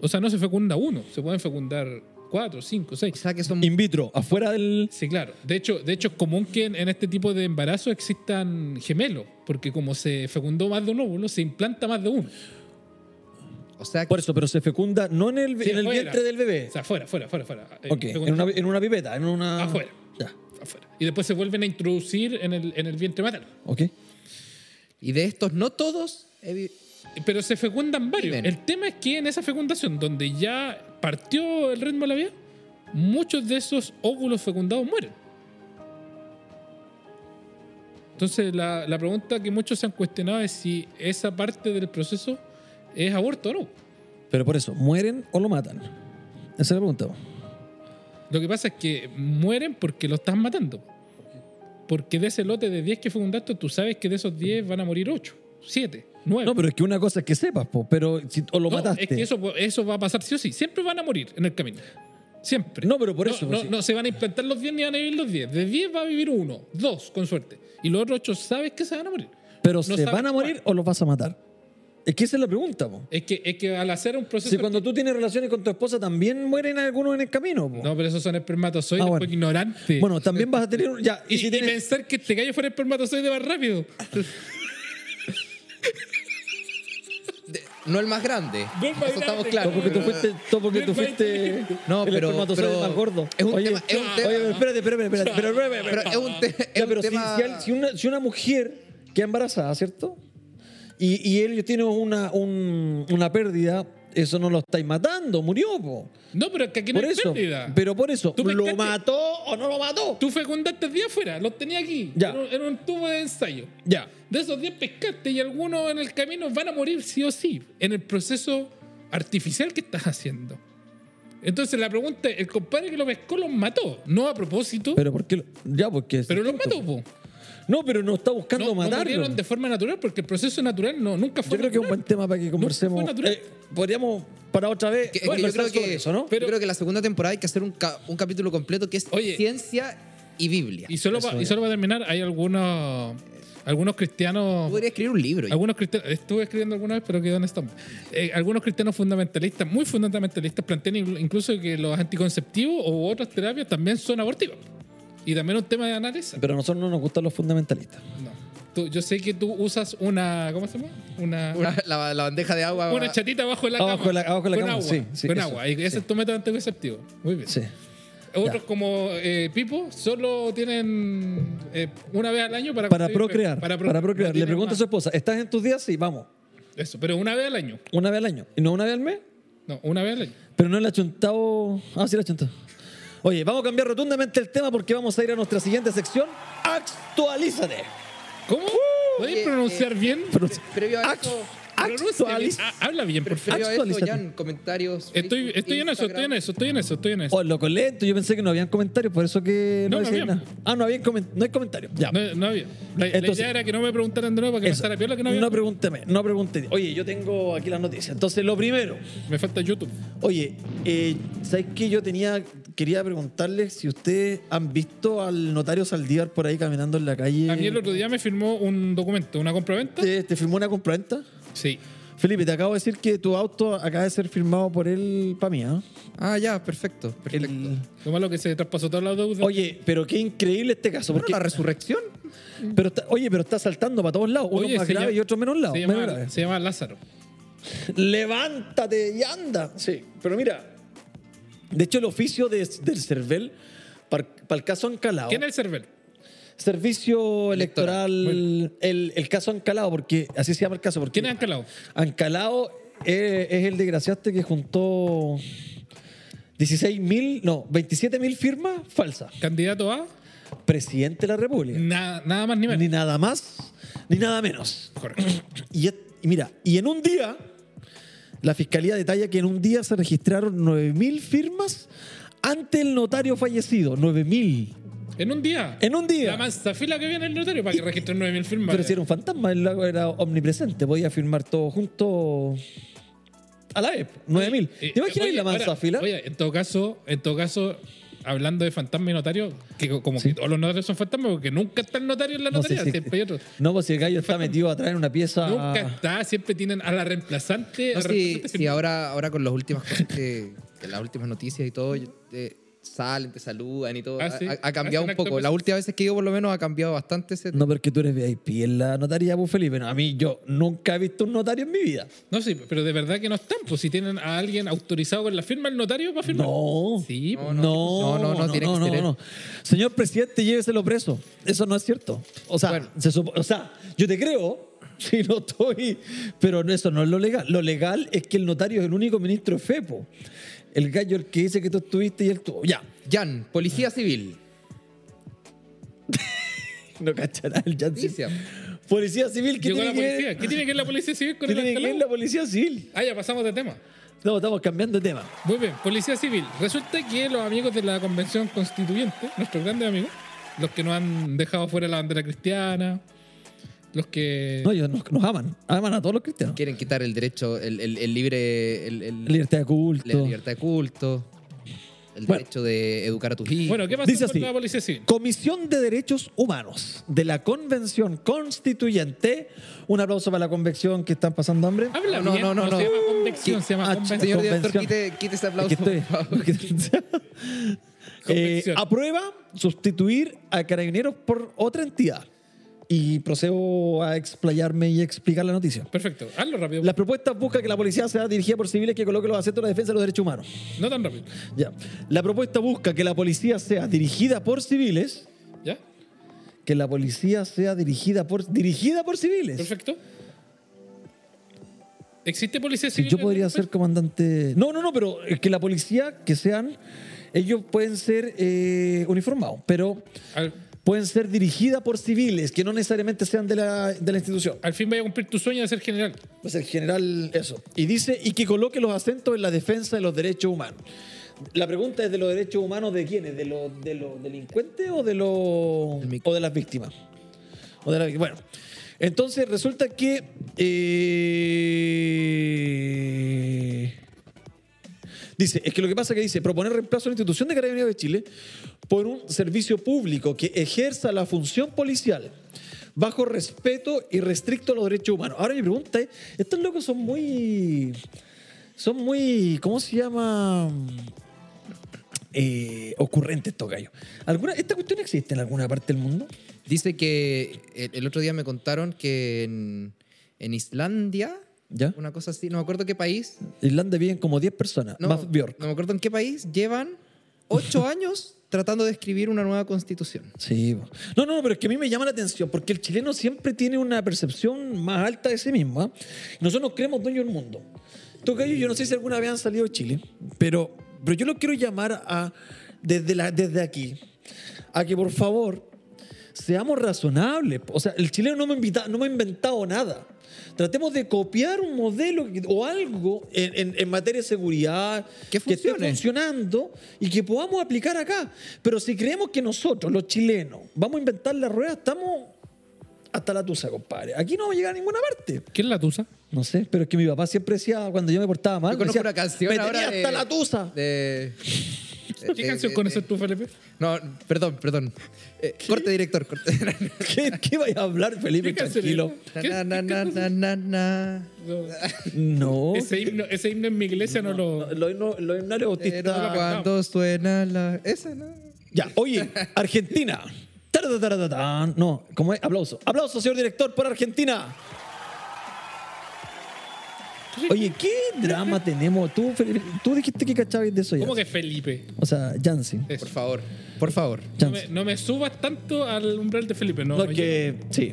Speaker 3: O sea, no se fecunda uno, se pueden fecundar cuatro, cinco,
Speaker 2: O
Speaker 3: seis.
Speaker 2: sea que son...
Speaker 1: In vitro, afuera del...
Speaker 3: Sí, claro. De hecho, de hecho es común que en, en este tipo de embarazos existan gemelos, porque como se fecundó más de un óvulo, se implanta más de uno.
Speaker 2: O sea,
Speaker 1: Por eso, pero se fecunda no en el,
Speaker 3: Sí,
Speaker 1: en el
Speaker 3: fuera.
Speaker 1: vientre del bebé.
Speaker 3: O sea, fuera, fuera, fuera, fuera. Eh,
Speaker 1: Ok, en
Speaker 3: fecunda-
Speaker 1: una, en una pipeta, en una...
Speaker 3: Afuera.
Speaker 1: Ya,
Speaker 3: afuera. Y después se vuelven a introducir en el, en el vientre materno.
Speaker 1: ok.
Speaker 2: y de estos no todos... evi-
Speaker 3: Pero se fecundan varios.
Speaker 2: Bien.
Speaker 3: El tema es que en esa fecundación, donde ya partió el ritmo de la vida, muchos de esos óvulos fecundados mueren. Entonces, la, la pregunta que muchos se han cuestionado es si esa parte del proceso es aborto o no.
Speaker 1: Pero por eso, ¿mueren o lo matan? Esa es la pregunta.
Speaker 3: Lo que pasa es que mueren porque lo estás matando. Porque de ese lote de 10 que fecundaste, tú sabes que de esos 10 van a morir 8, 7, 9.
Speaker 1: No, pero es que una cosa es que sepas, po, pero si o lo
Speaker 3: No,
Speaker 1: mataste.
Speaker 3: Es que eso, eso va a pasar sí o sí. Siempre van a morir en el camino. Siempre.
Speaker 1: No, pero por eso,
Speaker 3: No,
Speaker 1: pues,
Speaker 3: no,
Speaker 1: sí.
Speaker 3: no se van a implantar los 10 ni van a vivir los 10. De 10 va a vivir uno, dos, con suerte. Y los otros 8 sabes que se van a morir.
Speaker 1: pero
Speaker 3: no
Speaker 1: ¿se
Speaker 3: sabes
Speaker 1: van a morir o los vas a matar? Es que esa es la pregunta, po.
Speaker 3: Es que, es que al hacer un proceso.
Speaker 1: Si cuando tú tienes relaciones con tu esposa, también mueren algunos en el camino, po.
Speaker 3: No, pero esos son espermatozoides,
Speaker 1: Ah, bueno.
Speaker 3: pues, ignorante.
Speaker 1: Bueno, también vas a tener. un- Ya, y,
Speaker 3: y,
Speaker 1: si
Speaker 3: y
Speaker 1: tienes.
Speaker 3: pensar que este gallo fuera espermatozoide más rápido.
Speaker 2: no el más grande.
Speaker 3: No el más
Speaker 2: Eso estamos
Speaker 3: grande,
Speaker 1: Todo
Speaker 2: claros.
Speaker 1: porque tú fuiste, todo porque tú fuiste
Speaker 2: No,
Speaker 1: el
Speaker 2: pero-
Speaker 1: espermatozoide
Speaker 2: pero
Speaker 1: más gordo.
Speaker 2: es un
Speaker 1: oye,
Speaker 2: tema- es un tema-
Speaker 1: oye, pero espérate, espérate, espérate, pero espérate, espérate.
Speaker 2: Pero es un, te- es
Speaker 1: Ya,
Speaker 2: un
Speaker 1: pero si-
Speaker 2: tema...
Speaker 1: si, al- si una, si una mujer queda embarazada, ¿cierto? Y, y ellos tienen una, un- una pérdida, eso no lo estáis matando, murió, po.
Speaker 3: No, pero es que aquí no
Speaker 1: Por
Speaker 3: hay
Speaker 1: eso.
Speaker 3: pérdida.
Speaker 1: Pero por eso,
Speaker 3: Tú
Speaker 1: ¿lo
Speaker 3: pescaste-
Speaker 1: mató o no lo mató?
Speaker 3: Tú fecundaste 10 afuera, los tenía aquí.
Speaker 1: Ya.
Speaker 3: En, un, en un tubo de ensayo.
Speaker 1: Ya.
Speaker 3: De esos 10 pescaste y algunos en el camino van a morir sí o sí, en el proceso artificial que estás haciendo. Entonces la pregunta es, el compadre que lo pescó los mató, no a propósito,
Speaker 1: Pero
Speaker 3: pero,
Speaker 1: ¿por qué? lo- Ya, porque... es
Speaker 3: los mató.
Speaker 1: distinto.
Speaker 3: po.
Speaker 1: No, pero no está buscando
Speaker 3: No, no
Speaker 1: matarlo.
Speaker 3: murieron de forma natural porque el proceso natural no, nunca
Speaker 1: Yo
Speaker 3: fue
Speaker 1: creo que es un
Speaker 3: natural.
Speaker 1: buen tema para que conversemos.
Speaker 3: fue natural.
Speaker 1: Eh, podríamos para otra vez
Speaker 2: Que- que yo,
Speaker 1: conversar
Speaker 2: creo que,
Speaker 1: sobre eso, ¿no?
Speaker 2: yo creo que la segunda temporada hay que hacer un, ca- un capítulo completo que es
Speaker 3: Oye.
Speaker 2: ciencia y Biblia.
Speaker 3: Y solo,
Speaker 1: Eso
Speaker 3: pa- y
Speaker 1: era.
Speaker 3: solo para terminar, hay algunos, algunos cristianos...
Speaker 2: Podría escribir un libro.
Speaker 3: Algunos cristianos, estuve escribiendo alguna vez, pero quedó en stand algunos cristianos fundamentalistas, muy fundamentalistas, plantean inclu- incluso que los anticonceptivos u otras terapias también son abortivas. Y también es un tema de análisis.
Speaker 1: Pero a nosotros no nos gustan los fundamentalistas.
Speaker 3: No. Tú- yo sé que tú usas una. ¿Cómo se llama? Una.
Speaker 2: Una- la, la bandeja de agua.
Speaker 3: una chatita abajo de la
Speaker 1: Abajo de
Speaker 3: cama.
Speaker 1: la- abajo de la
Speaker 3: con
Speaker 1: cama,
Speaker 3: agua.
Speaker 1: sí, sí,
Speaker 3: con
Speaker 1: eso,
Speaker 3: agua. Y ese es tu método anticonceptivo. Muy bien.
Speaker 1: Sí.
Speaker 3: Otros como eh, Pipo solo tienen eh, una vez al año para.
Speaker 1: Para
Speaker 3: concebir-
Speaker 1: procrear. Para,
Speaker 3: pro-
Speaker 1: procrear. Le
Speaker 3: no tienen
Speaker 1: pregunto a
Speaker 3: más.
Speaker 1: su esposa, ¿estás en tus días? Sí, vamos.
Speaker 3: Eso, pero una vez al año.
Speaker 1: Una vez al año. ¿Y no una vez al mes?
Speaker 3: No, una vez al año.
Speaker 1: Pero no le ha chuntado. Ah, sí, le ha chuntado. Oye, vamos a cambiar rotundamente el tema porque vamos a ir a nuestra siguiente sección. Actualízate.
Speaker 3: ¿Cómo? ¿Puedes
Speaker 1: Uh, eh,
Speaker 2: Oye,
Speaker 3: pronunciar bien?
Speaker 1: Pero-
Speaker 2: Previo a
Speaker 1: Actu-
Speaker 2: eso,
Speaker 1: Actualízate.
Speaker 3: Ah, Habla bien, por favor.
Speaker 2: previo a eso,
Speaker 1: actualízate.
Speaker 2: Jan, comentarios.
Speaker 3: Estoy,
Speaker 2: Facebook,
Speaker 3: estoy en eso, estoy en
Speaker 2: Instagram.
Speaker 3: eso, estoy en eso, estoy en eso.
Speaker 1: Oh, loco lento, yo pensé que no habían comentarios, por eso que no,
Speaker 3: No, no
Speaker 1: decía
Speaker 3: habían.
Speaker 1: nada. Ah, no, habían comen- no hay comentarios. Ya.
Speaker 3: No, no había. La, la
Speaker 1: Entonces-
Speaker 3: idea era que no me preguntaran de nuevo para que
Speaker 1: Eso.
Speaker 3: pasara piola que no había.
Speaker 1: No pregúnteme, no pregunte. Oye, yo tengo aquí las noticias. Entonces, lo primero.
Speaker 3: me falta YouTube.
Speaker 1: Oye, eh, ¿sabes qué? Yo tenía, quería preguntarles si ustedes han visto al notario Saldívar por ahí caminando en la calle.
Speaker 3: A mí el otro día me firmó un documento, una compraventa.
Speaker 1: ¿Te, te firmó una compraventa?
Speaker 3: Sí.
Speaker 1: Felipe, te acabo de decir que tu auto acaba de ser firmado por él para mí, ¿ah?
Speaker 2: Ah, ya, perfecto. perfecto.
Speaker 1: El-
Speaker 2: ¿No
Speaker 3: Lo malo que se traspasó toda la deuda.
Speaker 1: Oye, pero qué increíble este caso.
Speaker 2: era
Speaker 1: Porque,
Speaker 2: la resurrección?
Speaker 1: pero está- oye, pero está saltando para todos lados. Uno
Speaker 3: Oye,
Speaker 1: más
Speaker 3: se
Speaker 1: grave
Speaker 3: llama-
Speaker 1: y otro menos lado.
Speaker 3: se,
Speaker 1: menos
Speaker 3: llama,
Speaker 1: grave.
Speaker 3: se llama Lázaro.
Speaker 1: levántate y anda. Sí, pero mira, de hecho el oficio de- del CERVEL para el caso Ancalao,
Speaker 3: ¿Quién es el Cervel?
Speaker 1: servicio electoral,
Speaker 3: Electoral,
Speaker 1: el, el caso Ancalao, porque así se llama el caso. Porque
Speaker 3: ¿Quién es Ancalao?
Speaker 1: Ancalao eh, es, el desgraciaste que juntó 16 mil, no, 27 mil firmas falsas.
Speaker 3: ¿Candidato a?
Speaker 1: Presidente de la República.
Speaker 3: Na- nada más ni menos.
Speaker 1: Ni nada más, ni nada menos.
Speaker 3: Correcto.
Speaker 1: Y, et- y mira, y en un día, la fiscalía detalla que en un día se registraron 9.000 firmas ante el notario fallecido. 9.000.
Speaker 3: En un día.
Speaker 1: En un día.
Speaker 3: La manzafila que viene el notario para que registren 9.000 firmas.
Speaker 1: Pero si era un fantasma, el lago era omnipresente, podía firmar todo junto a la vez. 9.000.
Speaker 3: Eh,
Speaker 1: ¿Te imaginas
Speaker 3: oye,
Speaker 1: la
Speaker 3: ahora,
Speaker 1: mansa fila?
Speaker 3: Oye, en todo caso, en todo caso, hablando de fantasma y notario, que co- como
Speaker 1: Sí.
Speaker 3: que todos los notarios son fantasmas, porque nunca está el notario en la
Speaker 1: No sé
Speaker 3: notaría,
Speaker 1: si-
Speaker 3: siempre hay otro.
Speaker 1: No, pues si el gallo está metido atrás en una pieza.
Speaker 3: Nunca está, siempre tienen a la reemplazante.
Speaker 2: No,
Speaker 3: al
Speaker 2: sí,
Speaker 3: reemplazante
Speaker 2: sí, ahora, ahora con las últimas cosas que, que las últimas noticias y todo, yo- eh, salen, te saludan y todo.
Speaker 3: Ah,
Speaker 2: Ha-
Speaker 3: sí.
Speaker 2: ha, ha cambiado
Speaker 3: Hacen
Speaker 2: un poco.
Speaker 3: actos-
Speaker 2: Las últimas veces que he ido, por lo menos, ha cambiado bastante ese.
Speaker 1: No, porque tú eres VIP en la notaría, pues Felipe. No, a mí yo nunca he visto un notario en mi vida.
Speaker 3: No, sí, pero de verdad que no están, pues si tienen a alguien autorizado con la firma, el notario para firmar.
Speaker 1: No.
Speaker 3: Sí,
Speaker 1: no, pues,
Speaker 3: pues,
Speaker 1: no,
Speaker 2: No, no, no, no, tiene que ser él.
Speaker 1: Señor presidente, lléveselo preso. Eso no es cierto. O sea,
Speaker 2: Bueno.
Speaker 1: se supo- o sea yo te creo. Si no estoy, pero no, eso no es lo legal. Lo legal es que el notario es el único ministro de FEPO. El gallo, el que dice que tú estuviste y él tuvo. Ya,
Speaker 2: Jan, policía civil.
Speaker 1: no cachará el Janssen.
Speaker 2: Policía.
Speaker 1: Policía civil, ¿qué
Speaker 3: Llegó
Speaker 1: tiene
Speaker 3: la
Speaker 1: que ver-
Speaker 3: policía. ¿Qué tiene que ver la policía civil
Speaker 1: qué
Speaker 3: con el
Speaker 1: tiene que ver
Speaker 3: alcalde?
Speaker 1: la policía civil?
Speaker 3: Ah, ya pasamos de tema.
Speaker 1: No, estamos cambiando de tema.
Speaker 3: Muy bien, policía civil. Resulta que los amigos de la convención constituyente, nuestros grandes amigos, los que nos han dejado fuera la bandera cristiana, los que.
Speaker 1: No, ellos nos, nos aman. Aman a todos los cristianos.
Speaker 2: Quieren quitar el derecho, el, el- el libre. el- el-
Speaker 1: Libertad de culto.
Speaker 2: la libertad de culto. El
Speaker 1: Bueno.
Speaker 2: derecho de educar a tus hijos.
Speaker 3: Bueno, ¿qué pasó
Speaker 1: Dice
Speaker 3: con
Speaker 1: así.
Speaker 3: la policía civil?
Speaker 1: Comisión de Derechos Humanos de la Convención Constituyente. Un aplauso para la convención que están pasando hambre.
Speaker 3: Habla
Speaker 2: No,
Speaker 3: bien,
Speaker 2: no, no, no.
Speaker 3: se llama convención, se llama
Speaker 1: Ah,
Speaker 3: convención.
Speaker 2: Señor
Speaker 1: Convención.
Speaker 2: director, quite, quite ese aplauso.
Speaker 1: Aquí estoy.
Speaker 2: por favor.
Speaker 1: Eh,
Speaker 3: Convención.
Speaker 1: aprueba sustituir a carabineros por otra entidad. y procedo a explayarme y explicar la noticia.
Speaker 3: Perfecto, hazlo rápido.
Speaker 1: Las propuestas busca que la policía sea dirigida por civiles que coloquen los acentos en la defensa de los derechos humanos.
Speaker 3: No tan rápido.
Speaker 1: Ya. La propuesta busca que la policía sea dirigida por civiles.
Speaker 3: ¿Ya?
Speaker 1: Que la policía sea dirigida por dirigida por civiles.
Speaker 3: Perfecto. ¿Existe policía
Speaker 1: Si
Speaker 3: civil?
Speaker 1: yo
Speaker 3: en
Speaker 1: podría
Speaker 3: el
Speaker 1: ser
Speaker 3: país?
Speaker 1: comandante. No, no, no, pero es que la policía, que sean. Ellos pueden ser eh, uniformados, pero
Speaker 3: Al,
Speaker 1: pueden ser dirigidas por civiles que no necesariamente sean de la, de la institución.
Speaker 3: al fin vaya a cumplir tu sueño de ser general.
Speaker 1: Pues el general, eso. Y dice, y que coloque los acentos en la defensa de los derechos humanos. La pregunta es de los derechos humanos de quiénes, de los, de los delincuentes o de los o de las víctimas. O de la- bueno, entonces resulta que eh, dice, es que lo que pasa es que dice proponer reemplazo a la institución de Carabineros de Chile por un servicio público que ejerza la función policial bajo respeto y restricto a los derechos humanos. Ahora mi pregunta es, estos locos son muy, son muy, ¿cómo se llama? Eh, ocurrentes estos gallos. ¿Alguna, ¿Esta cuestión existe en alguna parte del mundo?
Speaker 2: Dice que eh, el, el otro día me contaron que en, en Islandia,
Speaker 1: ¿Ya?
Speaker 2: una cosa así, no me acuerdo qué país,
Speaker 1: Irlanda viven como 10 personas,
Speaker 2: no,
Speaker 1: más Bjork.
Speaker 2: no me acuerdo en qué país, llevan ocho años tratando de escribir una nueva constitución.
Speaker 1: Sí. po. No, no, pero es que a mí me llama la atención porque el chileno siempre tiene una percepción más alta de sí mismo. ¿ah? Nosotros nos creemos dueños del mundo. Estos gallos, yo no sé si alguna vez han salido de Chile, pero, pero yo lo quiero llamar a, desde, la, desde aquí a que por favor seamos razonables. O sea, el chileno no me, ha invita- no me ha inventado nada. Tratemos de copiar un modelo que- o algo en, en- en materia de seguridad
Speaker 2: Que
Speaker 1: esté
Speaker 2: funcione.
Speaker 1: funcionando y que podamos aplicar acá. Pero si creemos que nosotros, los chilenos, vamos a inventar la rueda, estamos hasta la tusa, compadre. Aquí no vamos a llegar a ninguna parte.
Speaker 3: ¿Quién es la tusa?
Speaker 1: No sé, pero es que mi papá siempre decía, cuando yo me portaba mal,
Speaker 2: Yo conozco
Speaker 1: Ah, decía,
Speaker 2: una canción
Speaker 1: "Me
Speaker 2: ahora
Speaker 1: tenía
Speaker 2: de-
Speaker 1: hasta la tusa.
Speaker 2: de- de-
Speaker 3: ¿Qué
Speaker 2: de-
Speaker 3: canción
Speaker 2: de-
Speaker 3: conoces
Speaker 2: de-
Speaker 3: tú, Felipe?
Speaker 2: No, perdón, perdón. Eh, corte director, corte.
Speaker 1: ¿Qué, qué vaya a hablar, Felipe?
Speaker 3: ¿Qué canción
Speaker 1: Tranquilo.
Speaker 3: es? ¿Qué-
Speaker 2: Na, na,
Speaker 3: qué
Speaker 2: na,
Speaker 3: cosa?
Speaker 2: na, na, na.
Speaker 3: No.
Speaker 1: No.
Speaker 3: Ese himno, ese himno en mi iglesia no, lo.
Speaker 1: Los himnos- los
Speaker 2: Eh,
Speaker 1: himnarios bautistas.
Speaker 2: Pero cuando suena la. Esa, ¿no?
Speaker 1: Ya, oye, Argentina. Tarataratán. No, ¿cómo es? Aplauso. Aplauso, señor director, por Argentina. Oye, ¿qué drama tenemos? Tú, Felipe, tú dijiste que cachabas de eso ya.
Speaker 3: ¿Cómo que Felipe?
Speaker 1: O sea, Jansen.
Speaker 3: Eso.
Speaker 2: Por favor, por favor.
Speaker 3: No me,
Speaker 1: Jansen.
Speaker 3: no me subas tanto al umbral de Felipe. No,
Speaker 1: No, que, sí.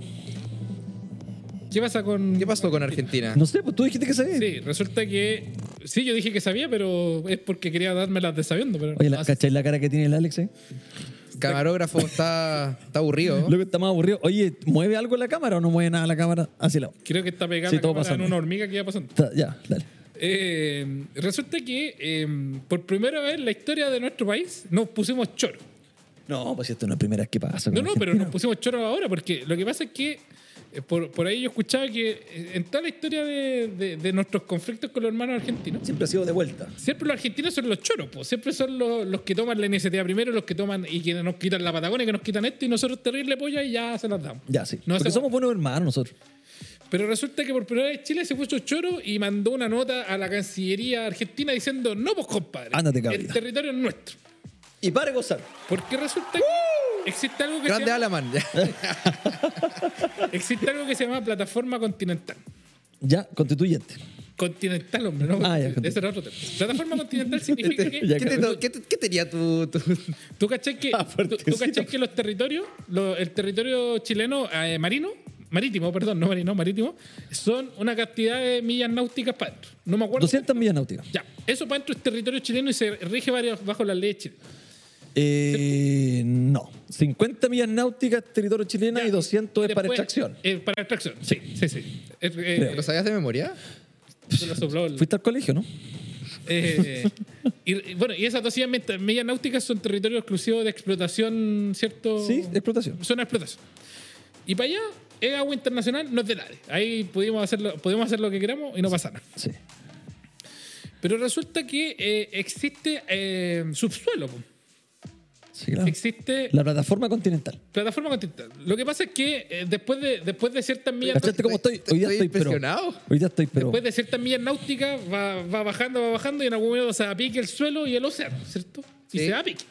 Speaker 3: ¿Qué pasa con.?
Speaker 2: ¿Qué pasó con Argentina?
Speaker 1: No sé, pues tú dijiste que sabías.
Speaker 3: Sí, resulta que. Sí, yo dije que sabía, pero es porque quería dármelas de sabiendo. Pero
Speaker 1: Oye,
Speaker 3: Ah,
Speaker 1: la, ¿cachai la cara que tiene el Alex? Eh?
Speaker 2: Camarógrafo está, está aburrido.
Speaker 1: Lo que está más aburrido. Oye, ¿mueve algo la cámara o no mueve nada la cámara? Así lado.
Speaker 3: creo que está pegada
Speaker 1: Sí,
Speaker 3: la
Speaker 1: todo
Speaker 3: cámara
Speaker 1: pasando.
Speaker 3: en una hormiga que iba pasando.
Speaker 1: Está- Ya, dale.
Speaker 3: Eh, resulta que eh, por primera vez en la historia de nuestro país nos pusimos choro.
Speaker 1: No, pues esto no es la primera vez que pasa. con
Speaker 3: No, no, pero
Speaker 1: Argentina.
Speaker 3: nos pusimos choros ahora porque lo que pasa es que eh, por, por ahí yo escuchaba que eh, en toda la historia de, de- de nuestros conflictos con los hermanos argentinos,
Speaker 1: Siempre ha sido de vuelta.
Speaker 3: siempre los argentinos son los choros, po. siempre son los, los que toman la iniciativa primero, los que toman y que nos quitan la Patagonia, que nos quitan esto y nosotros terrible polla y ya se las damos.
Speaker 1: Ya, sí.
Speaker 3: No
Speaker 1: Porque
Speaker 3: hacemos-
Speaker 1: somos buenos hermanos nosotros.
Speaker 3: Pero resulta que por primera vez Chile se puso choro y mandó una nota a la Cancillería argentina diciendo, no, pues compadre,
Speaker 1: Ándate,
Speaker 3: el
Speaker 1: cabrita".
Speaker 3: territorio es nuestro.
Speaker 1: Y para de gozar.
Speaker 3: Porque resulta que existe algo que se
Speaker 2: Grande
Speaker 3: llama-
Speaker 2: Alaman.
Speaker 3: Existe algo que se llama plataforma continental.
Speaker 1: Ya, constituyente.
Speaker 3: Continental, hombre, ¿no?
Speaker 1: Ah, ya, Este,
Speaker 3: Ese era otro tema. Plataforma continental significa que.
Speaker 1: Ya,
Speaker 2: ¿Qué, te- no, qué te- qué tenía tu, tu-
Speaker 3: ¿Tú cachás que,
Speaker 1: Aparte,
Speaker 3: tú- tú
Speaker 1: sí.
Speaker 3: cachás que los territorios, lo- el territorio chileno eh, marino, marítimo, perdón, no marino, marítimo, son una cantidad de millas náuticas para adentro. No me acuerdo.
Speaker 1: 200 millas náuticas.
Speaker 3: Ya, eso para adentro es territorio chileno y se rige varios, bajo la ley de Chile.
Speaker 1: Eh, no. 50 millas náuticas, territorio chileno, y 200 es para
Speaker 3: Después,
Speaker 1: extracción.
Speaker 3: eh, para extracción, sí, sí, sí. Eh, eh,
Speaker 1: Creo.
Speaker 2: ¿Lo sabías de memoria?
Speaker 3: se lo sopló el-
Speaker 1: Fuiste al colegio, ¿no?
Speaker 3: Eh, y, bueno, y esas 200 millas náuticas son territorio exclusivo de explotación, ¿cierto?
Speaker 1: Sí, explotación.
Speaker 3: Son explotación. Y para allá es agua internacional, no es del área. Ahí pudimos hacer lo, podemos hacer lo que queramos y no pasa nada.
Speaker 1: Sí.
Speaker 3: Pero resulta que eh, existe eh, subsuelo, po.
Speaker 1: Sí, claro.
Speaker 3: existe
Speaker 1: La plataforma continental.
Speaker 3: plataforma continental. Lo que pasa es que eh, después, de, después de ciertas millas
Speaker 1: ¿Cachaste cómo estoy?
Speaker 2: estoy-
Speaker 1: Hoy día
Speaker 2: estoy
Speaker 1: estoy, pero.
Speaker 2: impresionado.
Speaker 1: Hoy día estoy, pero.
Speaker 3: Después de ciertas millas náuticas va, va bajando, va bajando y en algún momento se apique el suelo y el océano, ¿cierto? Y
Speaker 2: Sí.
Speaker 3: se apique.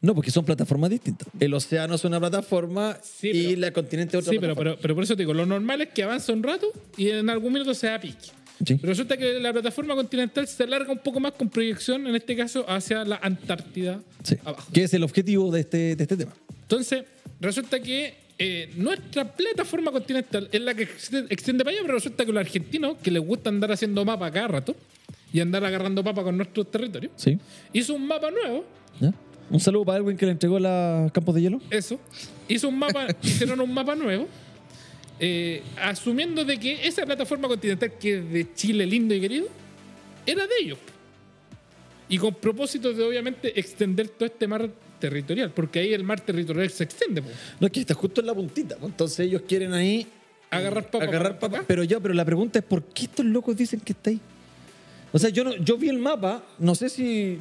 Speaker 1: No, porque son plataformas distintas. El océano es una plataforma
Speaker 3: Sí,
Speaker 1: y
Speaker 3: pero-
Speaker 1: la continente es otra
Speaker 3: Sí, pero,
Speaker 1: plataforma.
Speaker 3: pero, pero por eso te digo, lo normal es que avance un rato y en algún minuto se da pique.
Speaker 1: Sí.
Speaker 3: Pero Resulta que la plataforma continental se alarga un poco más con proyección, en este caso, hacia la Antártida
Speaker 1: Sí.
Speaker 3: abajo.
Speaker 1: Que es el objetivo de este, de este tema.
Speaker 3: Entonces, resulta que eh, nuestra plataforma continental es la que extiende, extiende para allá, pero resulta que los argentinos, que les gusta andar haciendo mapa cada rato y andar agarrando mapa con nuestros territorios,
Speaker 1: Sí.
Speaker 3: hizo un mapa nuevo,
Speaker 1: ¿Ya? Un saludo para Elwin que le entregó los campos de hielo.
Speaker 3: eso, hizo un mapa, hicieron un mapa nuevo, eh, asumiendo de que esa plataforma continental que es de Chile lindo y querido, era de ellos. Y con propósito de obviamente extender todo este mar territorial, porque ahí el mar territorial se extiende. po.
Speaker 1: No, es que está justo en la puntita. pues, Entonces ellos quieren ahí
Speaker 3: Agarrar papa.
Speaker 1: agarrar papá. Pero ya, pero la pregunta es ¿por qué estos locos dicen que está ahí? O sea, yo, no, yo vi el mapa, no sé si...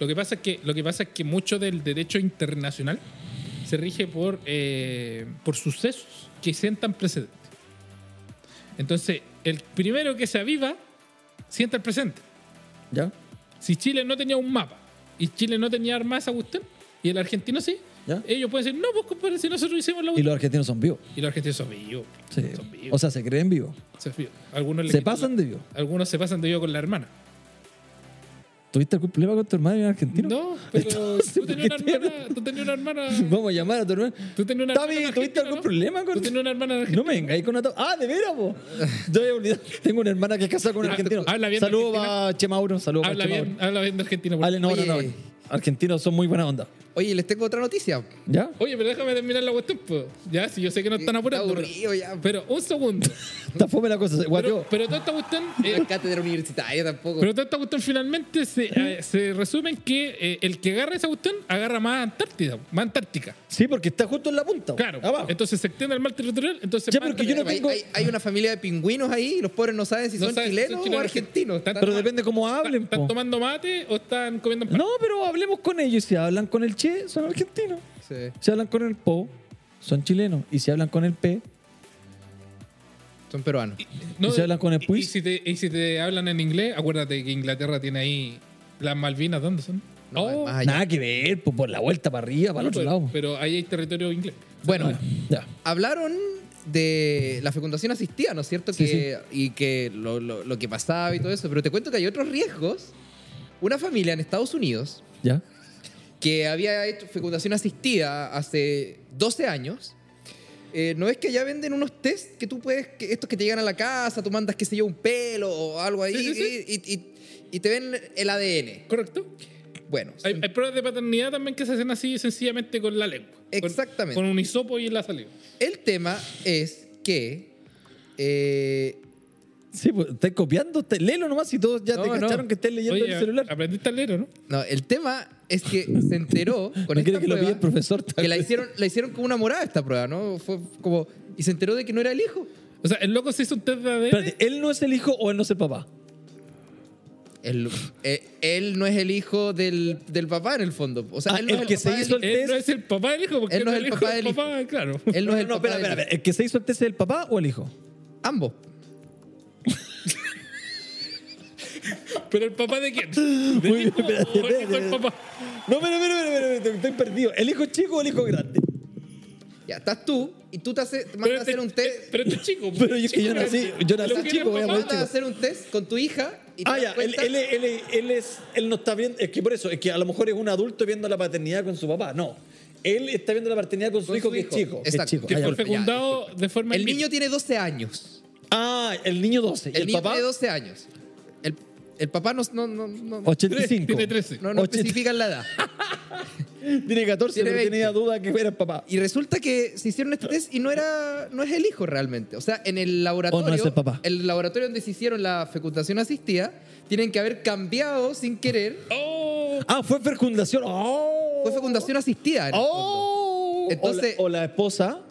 Speaker 3: Lo que pasa es que, lo que, pasa es que mucho del derecho internacional se rige por, eh, por sucesos que sientan precedentes. Entonces, el primero que se aviva sienta el presente.
Speaker 1: ¿Ya?
Speaker 3: Si Chile no tenía un mapa y Chile no tenía armas a Agustín y el argentino sí,
Speaker 1: ¿Ya?
Speaker 3: ellos pueden decir, no, pues compadre, si nosotros hicimos la
Speaker 1: Y
Speaker 3: cuestión".
Speaker 1: los argentinos son vivos.
Speaker 3: Y los argentinos son vivos.
Speaker 1: Sí.
Speaker 3: Son vivos.
Speaker 1: O sea, se creen vivos.
Speaker 3: son vivos. Algunos le
Speaker 1: Se
Speaker 3: quitan la-
Speaker 1: pasan de vivos.
Speaker 3: Algunos se pasan de vivo con la hermana.
Speaker 1: ¿Tuviste algún problema con tu hermano en Argentina?
Speaker 3: No, pero tú, tenías una
Speaker 1: ¿por qué
Speaker 3: hermana, tú tenías una hermana.
Speaker 1: Vamos a llamar a tu hermano.
Speaker 3: Tú tenías una
Speaker 1: Tami,
Speaker 3: hermana en
Speaker 1: ¿tuviste
Speaker 3: Argentina,
Speaker 1: algún
Speaker 3: ¿no?
Speaker 1: problema con
Speaker 3: Tú tenías una hermana en
Speaker 1: No me vengáis con una... to- Ah, de veras, po. Yo había olvidado. Tengo una hermana que es casada con un
Speaker 3: Ah,
Speaker 1: argentino.
Speaker 3: habla bien de
Speaker 1: Saludos
Speaker 3: Argentina.
Speaker 1: a Che Mauro. Saludos a
Speaker 3: Habla
Speaker 1: Che
Speaker 3: bien,
Speaker 1: Mauro.
Speaker 3: habla bien de Argentina. por
Speaker 1: Ale, no,
Speaker 2: Oye.
Speaker 1: no, no. Argentinos son muy buena onda.
Speaker 2: Oye, les tengo otra noticia.
Speaker 1: ¿Ya?
Speaker 3: favor. pues. Oye, pero déjame terminar la cuestión, pues. Ya, si yo sé que no están
Speaker 2: Está
Speaker 3: apurando. pero-
Speaker 2: aburrido ya. pues,
Speaker 3: Pero, un segundo.
Speaker 1: Está fome la cosa. se
Speaker 3: pero,
Speaker 1: Guateó.
Speaker 3: pero toda esta cuestión. eh,
Speaker 2: La cátedra universitaria tampoco.
Speaker 3: pero toda esta cuestión finalmente se, eh, se resume en que eh, el que agarra esa cuestión agarra más Antártida, más Antártica.
Speaker 1: Sí, porque está justo en la punta. po.
Speaker 3: Claro.
Speaker 1: Abajo.
Speaker 3: Entonces se extiende al mar territorial. Entonces
Speaker 1: Ya,
Speaker 3: más
Speaker 1: pero que yo no
Speaker 3: Antártica.
Speaker 1: tengo-
Speaker 2: hay, hay una familia de pingüinos ahí y los pobres no saben si
Speaker 3: No
Speaker 2: son
Speaker 3: saben si son
Speaker 2: chilenos
Speaker 3: chilenos
Speaker 2: o
Speaker 3: o
Speaker 2: argentinos.
Speaker 3: argentinos.
Speaker 2: Están-
Speaker 1: Pero depende cómo hablen,
Speaker 3: ¿Están
Speaker 1: po.
Speaker 3: tomando mate o están comiendo pan?
Speaker 1: No, pero hablemos con ellos. Si hablan con el Che, son argentinos.
Speaker 2: Sí,
Speaker 1: Si hablan con el Po, son chilenos. Y si hablan con el P,
Speaker 2: son peruanos.
Speaker 1: ¿Y se hablan con el
Speaker 3: y-
Speaker 1: Puis?
Speaker 3: Y, si te, y si te hablan en inglés, acuérdate que Inglaterra tiene ahí las Malvinas, ¿dónde son?
Speaker 2: No,
Speaker 3: Oh,
Speaker 2: más allá.
Speaker 1: nada que ver, po, por la vuelta para arriba, Ah, para el otro
Speaker 3: pero,
Speaker 1: lado.
Speaker 3: pero ahí hay territorio inglés.
Speaker 2: Bueno,
Speaker 1: Ya.
Speaker 2: hablaron de la fecundación asistida, ¿no es cierto? que, Y que lo, lo- lo que pasaba y todo eso. Pero te cuento que hay otros riesgos. Una familia en Estados Unidos
Speaker 1: Ya.
Speaker 2: que había hecho fecundación asistida hace 12 años. eh, no es que allá venden unos test que tú puedes, que estos que te llegan a la casa, tú mandas, qué sé yo, un pelo o algo ahí
Speaker 3: Sí, sí, sí.
Speaker 2: Y, y- y te ven el ADN.
Speaker 3: ¿Correcto?
Speaker 2: Bueno,
Speaker 3: Hay, hay pruebas de paternidad también que se hacen así sencillamente con la lengua. Con-
Speaker 2: Exactamente.
Speaker 3: Con, un hisopo y la saliva.
Speaker 2: el tema es que eh,
Speaker 1: Sí, pues estás copiando. te- Léelo nomás si todos ya te
Speaker 2: No, no.
Speaker 1: cacharon que estés leyendo
Speaker 3: Oye,
Speaker 1: el celular.
Speaker 3: Aprendiste a leer, ¿no?
Speaker 2: No, el tema es que se enteró con
Speaker 1: no
Speaker 2: esta
Speaker 1: quiere que lo
Speaker 2: prueba
Speaker 1: pille el profesor. tal
Speaker 2: que la
Speaker 1: vez.
Speaker 2: hicieron, la hicieron como una morada esta prueba, ¿no? Fue como y se enteró de que no era el hijo.
Speaker 3: O sea, el loco se hizo un test de ADN.
Speaker 1: Espérate, ¿él no es el hijo o él no es el papá?
Speaker 2: Él, eh, él no es el hijo del, del papá en el fondo. O sea,
Speaker 1: Ah,
Speaker 2: él no
Speaker 1: el
Speaker 2: es
Speaker 1: que
Speaker 2: el
Speaker 1: se
Speaker 2: papá
Speaker 1: hizo
Speaker 2: del-
Speaker 3: Él no es el papá del hijo, porque
Speaker 2: Él no es el papá del
Speaker 3: papá, claro.
Speaker 2: él no es el
Speaker 1: no,
Speaker 2: papá
Speaker 1: espera,
Speaker 2: del-
Speaker 1: espera, espera. ¿El que se hizo el test es el papá o el hijo?
Speaker 2: Ambos.
Speaker 3: Pero el papá de quién? ¿De
Speaker 1: Muy bien,
Speaker 3: hijo
Speaker 1: espérate,
Speaker 3: o el hijo del
Speaker 1: espérate.
Speaker 3: papá?
Speaker 1: No, pero, pero, pero, pero, pero, estoy perdido. ¿El hijo chico o el hijo grande?
Speaker 2: Ya, estás tú y tú te, hace- te
Speaker 3: Pero
Speaker 2: mandas a hacer un test.
Speaker 3: Pero este chico.
Speaker 1: Pero yo- que yo nací- yo nací
Speaker 3: Lo que
Speaker 1: chico,
Speaker 3: era
Speaker 1: voy a
Speaker 3: el papá.
Speaker 1: morir
Speaker 2: mandas a hacer un test con tu hija y te
Speaker 1: Ah,
Speaker 2: das
Speaker 1: ya, él,
Speaker 2: cuenta-
Speaker 1: él, él- él es, él no está viendo, es que por eso, es que a lo mejor es un adulto viendo la paternidad con su papá, no. Él está viendo la paternidad con su
Speaker 2: Con
Speaker 1: hijo
Speaker 2: su
Speaker 1: que
Speaker 2: hijo.
Speaker 1: es chico.
Speaker 2: Exacto.
Speaker 1: Es chico.
Speaker 3: Que
Speaker 1: Ah, ya.
Speaker 3: fue
Speaker 2: este ya,
Speaker 3: fecundado de forma
Speaker 2: El
Speaker 3: in vitro.
Speaker 2: niño tiene 12 años.
Speaker 1: Ah, el niño 12. ¿Y
Speaker 2: El,
Speaker 1: el,
Speaker 2: niño
Speaker 1: papá?
Speaker 2: tiene 12 años. El, el papá no, no, no, no-
Speaker 3: Tres,
Speaker 1: 85.
Speaker 3: Tiene 13.
Speaker 2: no- no
Speaker 1: Ocho-
Speaker 2: especifican la edad.
Speaker 1: Tiene 14,
Speaker 2: Tiene
Speaker 1: pero
Speaker 2: 20.
Speaker 1: tenía duda que era el papá.
Speaker 2: Y resulta que se hicieron este test y no era no es el hijo realmente. O sea, en el laboratorio,
Speaker 1: O Oh, no es el papá.
Speaker 2: laboratorio donde se hicieron la fecundación asistida, tienen que haber cambiado sin querer.
Speaker 3: ¡Oh!
Speaker 1: Ah, fue fecundación. ¡Oh!
Speaker 2: Fue fecundación asistida. en el
Speaker 1: ¡Oh!
Speaker 2: fondo. Entonces-
Speaker 1: o, la, o la esposa
Speaker 2: fondo.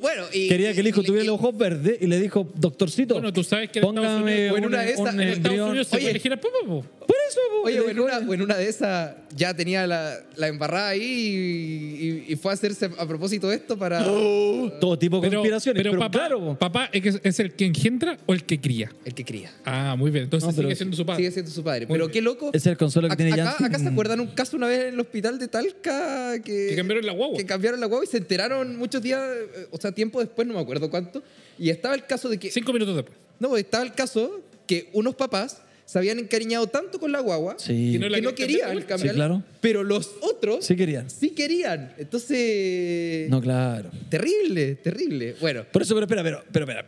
Speaker 2: Bueno, y
Speaker 1: quería que el hijo
Speaker 2: y-
Speaker 1: tuviera
Speaker 2: y-
Speaker 1: los ojos verdes y le dijo, doctorcito,
Speaker 3: Bueno, tú sabes que en Estados
Speaker 1: póngame
Speaker 3: Unidos-
Speaker 2: Bueno,
Speaker 1: un,
Speaker 2: una de esas-
Speaker 1: un
Speaker 2: en
Speaker 3: En Estados
Speaker 1: embrión".
Speaker 3: Unidos se
Speaker 2: Oye.
Speaker 3: puede elegir al papá, po.
Speaker 1: Por eso, po.
Speaker 2: Oye, o en, una, o en una de esas ya tenía la, la embarrada ahí y, y- y fue a hacerse a propósito de esto para
Speaker 1: Oh. uh, Todo tipo de
Speaker 3: Pero,
Speaker 1: conspiraciones.
Speaker 3: pero
Speaker 1: Pero,
Speaker 3: papá,
Speaker 1: claro,
Speaker 3: papá es, que- es el que engendra o el que cría.
Speaker 2: el que cría.
Speaker 3: Ah, muy bien. Entonces
Speaker 1: No, pero-
Speaker 3: sigue siendo su
Speaker 2: Sigue
Speaker 3: padre.
Speaker 2: siendo su padre.
Speaker 3: Muy
Speaker 2: Pero
Speaker 3: bien.
Speaker 2: qué loco.
Speaker 1: es el consuelo que
Speaker 2: Ac-
Speaker 1: tiene
Speaker 2: acá,
Speaker 1: Yancy.
Speaker 2: acá se acuerdan un caso una vez en el hospital de Talca que,
Speaker 3: Que cambiaron la guagua.
Speaker 2: que cambiaron la guagua y se enteraron muchos días, eh, o sea, tiempo después, no me acuerdo cuánto. Y estaba el caso de que.
Speaker 3: Cinco minutos después.
Speaker 2: No, pues, estaba el caso que unos papás se habían encariñado tanto con la guagua
Speaker 1: Sí.
Speaker 3: que
Speaker 2: que
Speaker 3: no
Speaker 2: no
Speaker 3: la querían
Speaker 2: querían
Speaker 3: cambiar.
Speaker 2: cambiarla.
Speaker 1: Sí, claro.
Speaker 2: Pero los otros
Speaker 1: Sí querían.
Speaker 2: sí querían. Entonces.
Speaker 1: eh, No, claro.
Speaker 2: Terrible, terrible. Bueno,
Speaker 1: Por eso, pero espera, pero, pero espera.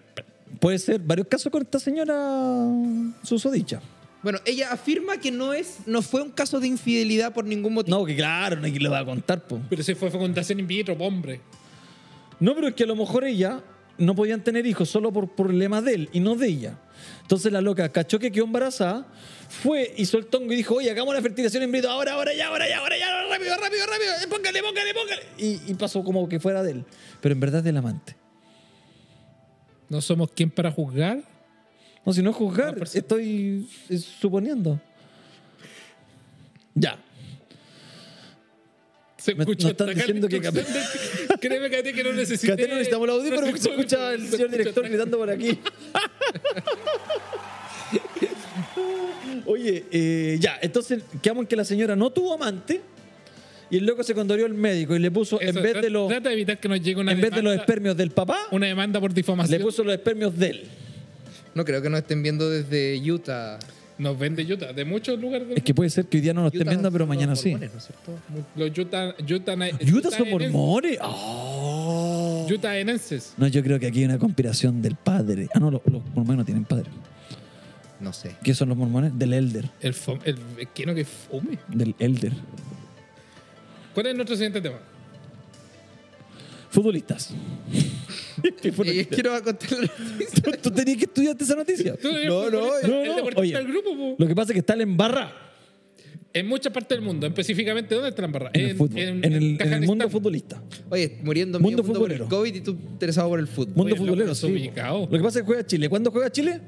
Speaker 1: Puede ser varios casos con esta señora susodicha.
Speaker 2: bueno, ella afirma que no es, no fue un caso de infidelidad por ningún motivo.
Speaker 1: No, que claro, no hay quien lo va a contar, po.
Speaker 3: Pero se fue fecundación in vitro, po, hombre.
Speaker 1: No, pero es que a lo mejor ella no podían tener hijos solo por problemas de él y no de ella. Entonces la loca cachó que quedó embarazada, fue, hizo el tongo y dijo, oye, hagamos la fertilización in vitro, ahora, ahora, ya, ahora, ya, ahora, ya, rápido, rápido, rápido, eh, póngale, póngale, póngale. Y, y pasó como que fuera de él. Pero en verdad es del amante.
Speaker 3: No somos quien para juzgar.
Speaker 1: No, si no es juzgar,
Speaker 3: No, por sí.
Speaker 1: estoy eh, suponiendo. Ya.
Speaker 3: Se
Speaker 1: Me-
Speaker 3: escucha
Speaker 1: me están
Speaker 3: hasta acá el
Speaker 1: diciendo que
Speaker 3: instructor de- Créeme, Cate, que no necesité.
Speaker 1: Cate, no necesitamos el audífono porque se escucha el señor director gritando por aquí. Oye, eh, ya, entonces quedamos en que la señora no tuvo amante y el loco se condorió al médico y le puso,
Speaker 3: Eso,
Speaker 1: en vez,
Speaker 3: tra-
Speaker 1: de los,
Speaker 3: Trata de evitar que nos llegue una
Speaker 1: en vez de los
Speaker 3: demanda-
Speaker 1: espermios del papá,
Speaker 3: Una demanda por
Speaker 1: le
Speaker 3: difamación.
Speaker 1: puso los espermios de él.
Speaker 2: No creo que nos estén viendo desde Utah.
Speaker 3: Nos vende Utah. De muchos lugares del
Speaker 1: Es que puede ser que hoy día no lo estén
Speaker 2: Utah
Speaker 1: viendo, pero
Speaker 2: son
Speaker 1: mañana
Speaker 2: los
Speaker 1: sí.
Speaker 2: mormones, ¿no es cierto?
Speaker 3: Los Utah, Utah,
Speaker 1: Utah son
Speaker 3: Utahenenses.
Speaker 1: mormones. Ah.
Speaker 3: Utahenenses.
Speaker 1: No, yo creo que aquí hay una conspiración del padre. Ah, no, los, los mormones no tienen padre.
Speaker 2: No sé.
Speaker 1: ¿Qué son los mormones? Del elder.
Speaker 3: El, fom- el, el que no que fume.
Speaker 1: Del elder.
Speaker 3: ¿Cuál es nuestro siguiente tema?
Speaker 1: Futbolistas. ¿Qué
Speaker 2: Eh,
Speaker 1: futbolistas?
Speaker 2: quiero contar la noticia.
Speaker 1: Tú, tú tenías que estudiarte esa noticia.
Speaker 3: Tú eres
Speaker 2: No,
Speaker 3: futbolista,
Speaker 2: no,
Speaker 1: no,
Speaker 3: el
Speaker 1: no,
Speaker 3: deportista
Speaker 1: oye.
Speaker 3: del grupo, po.
Speaker 1: Lo que pasa es que está en barra
Speaker 3: En muchas partes del mundo, específicamente, ¿dónde está la embarrada?
Speaker 1: en, el fútbol, en, el, en el mundo
Speaker 3: Kazajistán.
Speaker 1: futbolista.
Speaker 2: Oye, muriendo
Speaker 1: Mundo
Speaker 2: medio mundo por el
Speaker 1: futbolero.
Speaker 2: COVID y tú interesado por el fútbol.
Speaker 1: Mundo
Speaker 3: Oye,
Speaker 1: futbolero,
Speaker 3: loco,
Speaker 1: sí.
Speaker 3: desubicado.
Speaker 1: Lo que pasa es que juega Chile. ¿Cuándo juega Chile?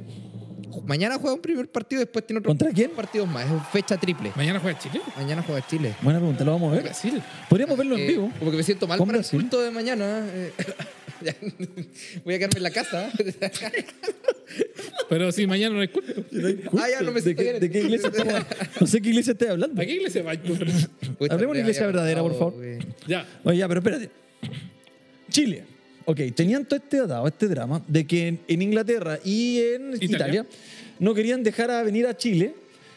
Speaker 2: Mañana juega un primer partido, después tiene otro
Speaker 1: ¿Contra quién?
Speaker 2: partidos más. Es fecha triple.
Speaker 3: Mañana juega Chile.
Speaker 2: Mañana juega Chile.
Speaker 1: Buena pregunta, lo vamos a ver.
Speaker 3: Brasil.
Speaker 1: Podríamos verlo en
Speaker 2: Eh,
Speaker 1: vivo.
Speaker 2: Como que me siento mal
Speaker 1: Con
Speaker 2: para el
Speaker 1: Brasil.
Speaker 2: culto de mañana. eh. Ya, Voy a quedarme en la casa.
Speaker 3: Pero si mañana no hay culto.
Speaker 2: ah, ya no me
Speaker 1: ¿De
Speaker 2: siento
Speaker 1: qué,
Speaker 2: bien.
Speaker 1: de qué iglesia estamos- No sé qué iglesia estoy hablando.
Speaker 3: ¿A qué iglesia va?
Speaker 2: Pucha,
Speaker 1: Hablemos de
Speaker 2: Andrea,
Speaker 1: iglesia
Speaker 2: había
Speaker 1: verdadera, por
Speaker 2: pensado,
Speaker 1: favor.
Speaker 2: güey.
Speaker 3: ya.
Speaker 1: Oye, ya, pero espérate. Chile. Ok, tenían todo este atado, este drama, de que en, en Inglaterra y en Italia.
Speaker 3: Italia.
Speaker 1: no querían dejar a venir a Chile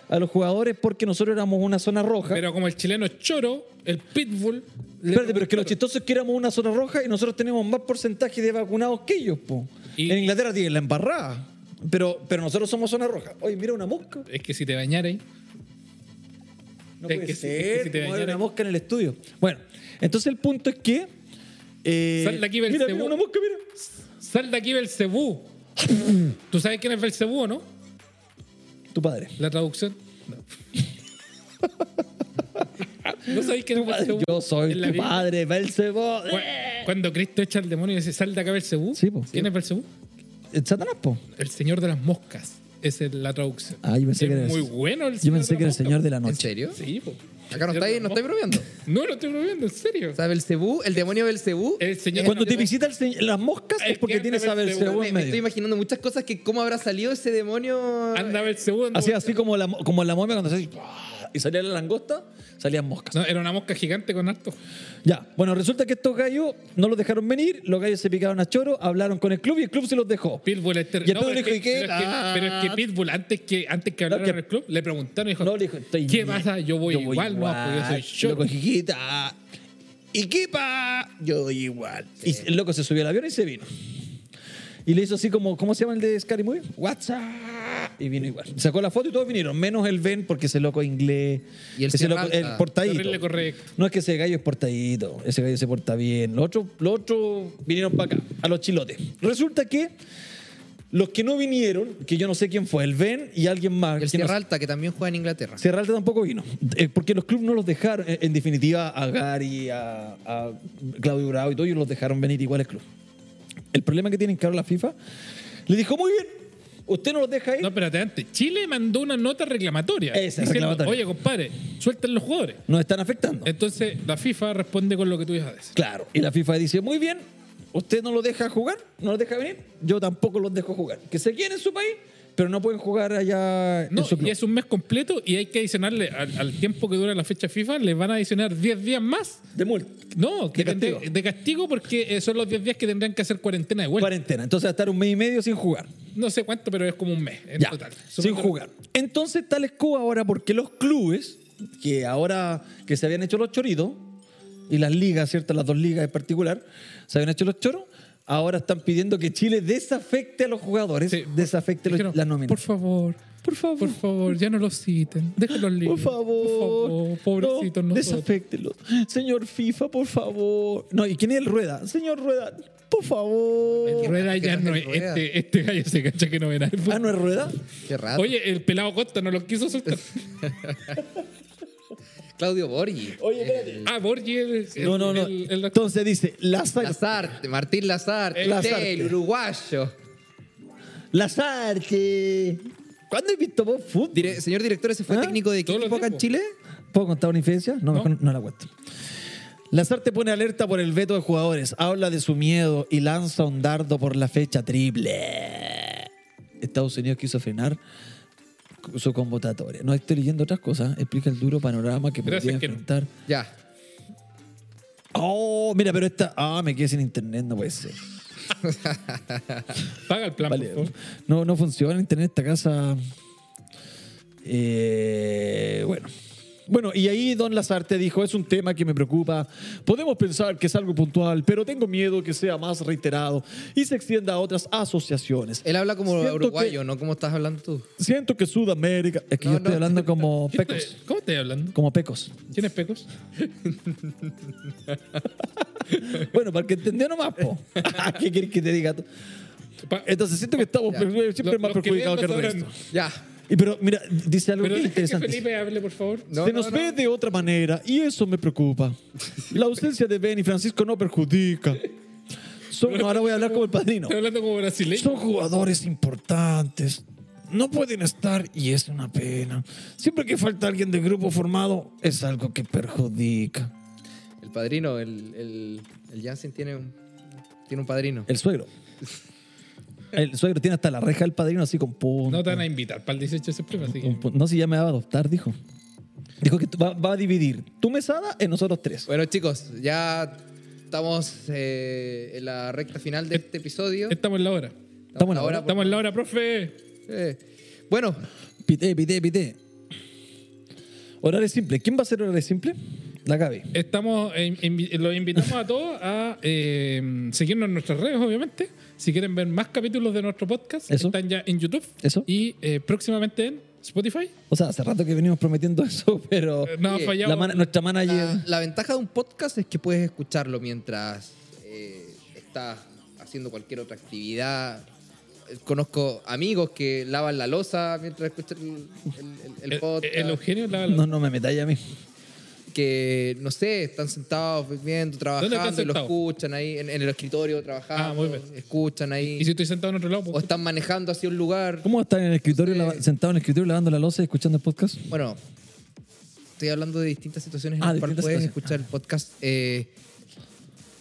Speaker 1: a los jugadores porque nosotros éramos una zona roja.
Speaker 3: Pero como el chileno es choro, el pitbull. le-
Speaker 1: Espérate, pero es que los chistosos es que éramos una zona roja y nosotros tenemos más porcentaje de vacunados que ellos, po.
Speaker 3: Y-
Speaker 1: En Inglaterra tienen la embarrada. Pero, pero nosotros somos zona roja. Oye, mira una mosca.
Speaker 3: Es que si te bañaras
Speaker 1: No
Speaker 3: Es
Speaker 1: puede
Speaker 3: que sí,
Speaker 1: ser.
Speaker 3: es que si te
Speaker 1: como
Speaker 3: dañaron-
Speaker 1: era una mosca en el estudio. Bueno, entonces el punto es que. eh,
Speaker 3: Sal de aquí,
Speaker 1: mira,
Speaker 3: Belcebú.
Speaker 1: mira una mosca, mira.
Speaker 3: Sal de aquí, Belcebú. ¿Tú sabes quién es Belcebú, no?
Speaker 1: Tu padre.
Speaker 3: La traducción. No. ¿No sabéis quién es Belcebú?
Speaker 1: Yo soy
Speaker 3: pues, En
Speaker 1: tu
Speaker 3: la Biblia,
Speaker 1: padre, Belcebú.
Speaker 3: cu- Cuando Cristo echa al demonio y dice, sal de acá, Belcebú.
Speaker 1: Sí, po.
Speaker 3: ¿Quién es Belcebú?
Speaker 1: Eh, Satanás, po.
Speaker 3: El señor de las moscas. Esa es la traducción.
Speaker 1: Ah, yo pensé
Speaker 3: es
Speaker 1: que era el-
Speaker 3: muy bueno el
Speaker 1: Yo
Speaker 3: señor
Speaker 1: pensé
Speaker 3: de
Speaker 1: que era el
Speaker 3: las
Speaker 1: señor de la
Speaker 2: ¿En
Speaker 1: noche.
Speaker 2: serio?
Speaker 3: moscas. Sí, po.
Speaker 2: Acá no estáis, no estáis bromeando.
Speaker 3: No, no estoy bromeando, en serio.
Speaker 2: O sea, Belcebú, el demonio Belcebú.
Speaker 3: El señor-
Speaker 1: Cuando te visita el se- las moscas
Speaker 3: Es
Speaker 1: es
Speaker 3: que
Speaker 1: porque
Speaker 3: anda
Speaker 1: tienes a
Speaker 3: Belcebú.
Speaker 1: Belcebú
Speaker 2: me,
Speaker 1: en
Speaker 2: me estoy
Speaker 1: medio.
Speaker 2: imaginando muchas cosas que cómo habrá salido ese demonio.
Speaker 3: Anda Belcebú. anda
Speaker 1: Así,
Speaker 3: Belcebú.
Speaker 1: así como la, como la momia cuando se y salía la langosta, salían moscas.
Speaker 3: No, era una mosca gigante con harto.
Speaker 1: Ya, bueno, resulta que estos gallos no los dejaron venir, los gallos se picaron a choro, hablaron con el club y el club se los dejó.
Speaker 3: Pitbull es ter-
Speaker 1: Y el
Speaker 3: pero
Speaker 1: Pitbull
Speaker 3: es
Speaker 1: dijo,
Speaker 3: que-
Speaker 1: ¿y qué?
Speaker 3: Pero es, que,
Speaker 1: Ah.
Speaker 3: pero es que Pitbull, antes que, antes que hablaron
Speaker 1: que-
Speaker 3: en el club, le preguntaron y dijo,
Speaker 1: No, le dijo, estoy
Speaker 3: ¿qué
Speaker 1: bien.
Speaker 3: pasa? Yo voy, igual, no, porque yo soy
Speaker 1: Y
Speaker 3: yo.
Speaker 1: Loco, hijita. ¿Y qué pa? Yo voy igual. Y el loco se subió al avión y se vino. Y le hizo así como, ¿cómo se llama el de Scary Movie? WhatsApp. Y vino igual. Sacó la foto y todos vinieron, menos el Ben porque ese loco es inglés.
Speaker 2: Y el
Speaker 1: ese
Speaker 2: Sierra
Speaker 1: loco,
Speaker 2: Alta.
Speaker 1: el portadito.
Speaker 3: Terrible correcto.
Speaker 1: No es que ese gallo es portadito, ese gallo se porta bien. Los otros los otros vinieron para acá, a los chilotes. Resulta que los que no vinieron, que yo no sé quién fue, el Ben y alguien más.
Speaker 2: El
Speaker 1: que no
Speaker 2: Sierra Alta, que también juega en Inglaterra.
Speaker 1: Sierra Alta tampoco vino, eh, porque los clubes no los dejaron, eh, en, en definitiva a Gary, a, a Claudio Bravo y todo, ellos los dejaron venir igual al club. El problema que tienen, claro, la FIFA, le dijo, muy bien, Usted no los deja ir.
Speaker 3: No, espérate, antes. Chile mandó una nota reclamatoria.
Speaker 1: Esa,
Speaker 3: diciendo,
Speaker 1: reclamatoria.
Speaker 3: Oye, compadre, suelten los jugadores.
Speaker 1: Nos están afectando.
Speaker 3: Entonces, la FIFA responde con lo que tú ibas a decir.
Speaker 1: Claro. Y la FIFA dice, muy bien, usted no los deja jugar, no los deja venir, yo tampoco los dejo jugar. Que se queden en su país, pero no pueden jugar allá
Speaker 3: No,
Speaker 1: en su club.
Speaker 3: y es un mes completo y hay que adicionarle al, al tiempo que dura la fecha FIFA, le van a adicionar 10 días más.
Speaker 1: De multa.
Speaker 3: No, que
Speaker 1: De
Speaker 3: tendré-
Speaker 1: castigo.
Speaker 3: de castigo porque eh, son los 10 días que tendrán que hacer cuarentena de vuelta.
Speaker 1: Cuarentena. Entonces va a estar un mes y medio sin jugar.
Speaker 3: No sé cuánto, pero es como un mes en
Speaker 1: Ya,
Speaker 3: total.
Speaker 1: sin
Speaker 3: Supongo-
Speaker 1: jugar. Entonces tal escoba ahora porque los clubes, que ahora que se habían hecho los choritos, y las ligas, ¿cierto? Las dos ligas en particular, se habían hecho los choros, ahora están pidiendo que Chile desafecte a los jugadores,
Speaker 3: Sí.
Speaker 1: desafecte los-
Speaker 3: Dijeron,
Speaker 1: la nómina.
Speaker 3: Por favor.
Speaker 1: Por favor.
Speaker 3: Por favor, ya no los citen. Déjenlos
Speaker 1: Por
Speaker 3: libres.
Speaker 1: favor,
Speaker 3: Por favor, pobrecitos
Speaker 1: no,
Speaker 3: nosotros.
Speaker 1: desaféctelo. Señor FIFA, por favor. No, ¿y quién es el Rueda? Señor Rueda, por favor.
Speaker 3: Rueda ya
Speaker 2: Que no
Speaker 3: no
Speaker 2: es
Speaker 3: es.
Speaker 2: Rueda.
Speaker 3: Este, este gallo se cacha que no verá el
Speaker 1: Ah,
Speaker 3: fútbol.
Speaker 1: no ah, es Rueda.
Speaker 3: Eh,
Speaker 2: Qué raro.
Speaker 3: Oye, el pelado Costa no lo quiso soltar.
Speaker 2: Claudio Borgi.
Speaker 1: Oye, espérate.
Speaker 3: Ah, Borgi. el- el-
Speaker 1: No, no, no.
Speaker 3: el- el-
Speaker 1: Entonces dice, Lazar,
Speaker 2: Lazarte, Martín Lazarte,
Speaker 1: Eh, Lazarte.
Speaker 2: el uruguayo.
Speaker 1: Lazarte. ¿Cuándo he visto vos fútbol?
Speaker 2: Dire- señor director, ¿ese fue
Speaker 1: ¿Ah?
Speaker 2: técnico de qué
Speaker 3: Todos los
Speaker 2: equipo acá en
Speaker 3: tiempos.
Speaker 2: Chile?
Speaker 1: ¿Puedo contar una infidencia? No, mejor no la cuento. Lazarte pone alerta por el veto de jugadores, habla de su miedo y lanza un dardo por la fecha triple. Estados Unidos quiso frenar su convocatoria. No estoy leyendo otras cosas. Explica el duro panorama que
Speaker 3: Gracias,
Speaker 1: podría
Speaker 3: que no.
Speaker 1: enfrentar.
Speaker 2: Ya.
Speaker 1: Oh, mira, pero esta. Ah, me quedé sin internet, no puede ser.
Speaker 3: Paga el plan,
Speaker 1: Vale.
Speaker 3: por favor.
Speaker 1: No, no funciona internet esta casa. Eh, bueno. Bueno, y ahí Don Lazarte dijo, es un tema que me preocupa. Podemos pensar que es algo puntual, pero tengo miedo que sea más reiterado y se extienda a otras asociaciones.
Speaker 2: Él habla como
Speaker 1: Siento
Speaker 2: uruguayo, no como estás hablando tú.
Speaker 1: Siento que Sudamérica... Es que
Speaker 2: No,
Speaker 1: yo estoy
Speaker 2: no.
Speaker 1: hablando como
Speaker 3: ¿Quién
Speaker 1: pecos.
Speaker 3: te- ¿Cómo estás hablando?
Speaker 1: Como pecos.
Speaker 3: ¿Quién es Pecos?
Speaker 1: Bueno, para el que entendió nomás, po. ¿Qué quieres que te diga tú?
Speaker 3: Pa-
Speaker 1: Entonces siento que estamos
Speaker 2: Ya.
Speaker 1: siempre
Speaker 3: Lo-
Speaker 1: más
Speaker 3: los que
Speaker 1: perjudicados que el
Speaker 3: ven
Speaker 1: resto.
Speaker 3: no sabrán.
Speaker 2: Ya.
Speaker 1: Y pero, mira, dice algo
Speaker 3: Pero
Speaker 1: bien
Speaker 3: deja que
Speaker 1: interesante.
Speaker 3: Felipe hable, por favor.
Speaker 2: No,
Speaker 1: se
Speaker 2: no,
Speaker 1: nos
Speaker 2: no.
Speaker 1: ve de otra manera y eso me preocupa. La ausencia de Ben y Francisco no perjudica. Son- no, ahora voy a hablar como el padrino.
Speaker 3: Estoy hablando como brasileño.
Speaker 1: Son jugadores importantes. No pueden estar y es una pena. Siempre que falta alguien del grupo formado es algo que perjudica.
Speaker 2: El padrino, el, el, el Jansen tiene un, tiene un padrino.
Speaker 1: El suegro. El suegro tiene hasta la reja del padrino así con punto.
Speaker 3: No te van a invitar para el 18 de septiembre, así que.
Speaker 1: Un pu- No, si ya me va a adoptar, dijo. Dijo que t- va, va a dividir tu mesada en nosotros tres.
Speaker 2: Bueno, chicos, ya estamos eh, en la recta final de este episodio.
Speaker 3: Estamos en la hora.
Speaker 1: Eh, Estamos en la
Speaker 2: Ahora,
Speaker 1: hora.
Speaker 3: Estamos en la hora, profe.
Speaker 2: Eh, bueno,
Speaker 1: Pité, pité, pité. Horario simple. ¿Quién va a hacer horario simple? La Gaby.
Speaker 3: Estamos, eh, invi- los invitamos a todos a eh, seguirnos en nuestras redes, obviamente. Si quieren ver más capítulos de nuestro podcast,
Speaker 1: Eso.
Speaker 3: están ya en YouTube
Speaker 1: Eso.
Speaker 3: y eh, próximamente en Spotify.
Speaker 1: O sea, hace rato que venimos prometiendo eso, pero
Speaker 3: Eh, No ha
Speaker 2: Sí.
Speaker 3: fallado.
Speaker 1: la mana- nuestra
Speaker 2: la,
Speaker 1: manager...
Speaker 2: la ventaja de un podcast es que puedes escucharlo mientras eh, estás haciendo cualquier otra actividad. Eh, Conozco amigos que lavan la losa mientras escuchan el, el- el
Speaker 1: Eh,
Speaker 3: el,
Speaker 2: podcast.
Speaker 3: el Eugenio la-
Speaker 1: No, no me metáis a mí.
Speaker 2: que, no sé, están sentados viendo, trabajando, y lo
Speaker 3: sentado?
Speaker 2: escuchan ahí en, en el escritorio trabajando,
Speaker 3: Ah, muy bien.
Speaker 2: escuchan ahí.
Speaker 3: Y si estoy sentado en otro lado,
Speaker 2: o
Speaker 3: pues,
Speaker 2: están manejando hacia un lugar.
Speaker 1: ¿Cómo estás en el escritorio,
Speaker 2: Sí.
Speaker 1: lava- sentado en el escritorio lavando la losa y escuchando el podcast?
Speaker 2: Bueno, estoy hablando de distintas situaciones en
Speaker 1: Ah,
Speaker 2: las cuales
Speaker 1: distintas
Speaker 2: puedes
Speaker 1: situaciones.
Speaker 2: escuchar el podcast. Eh,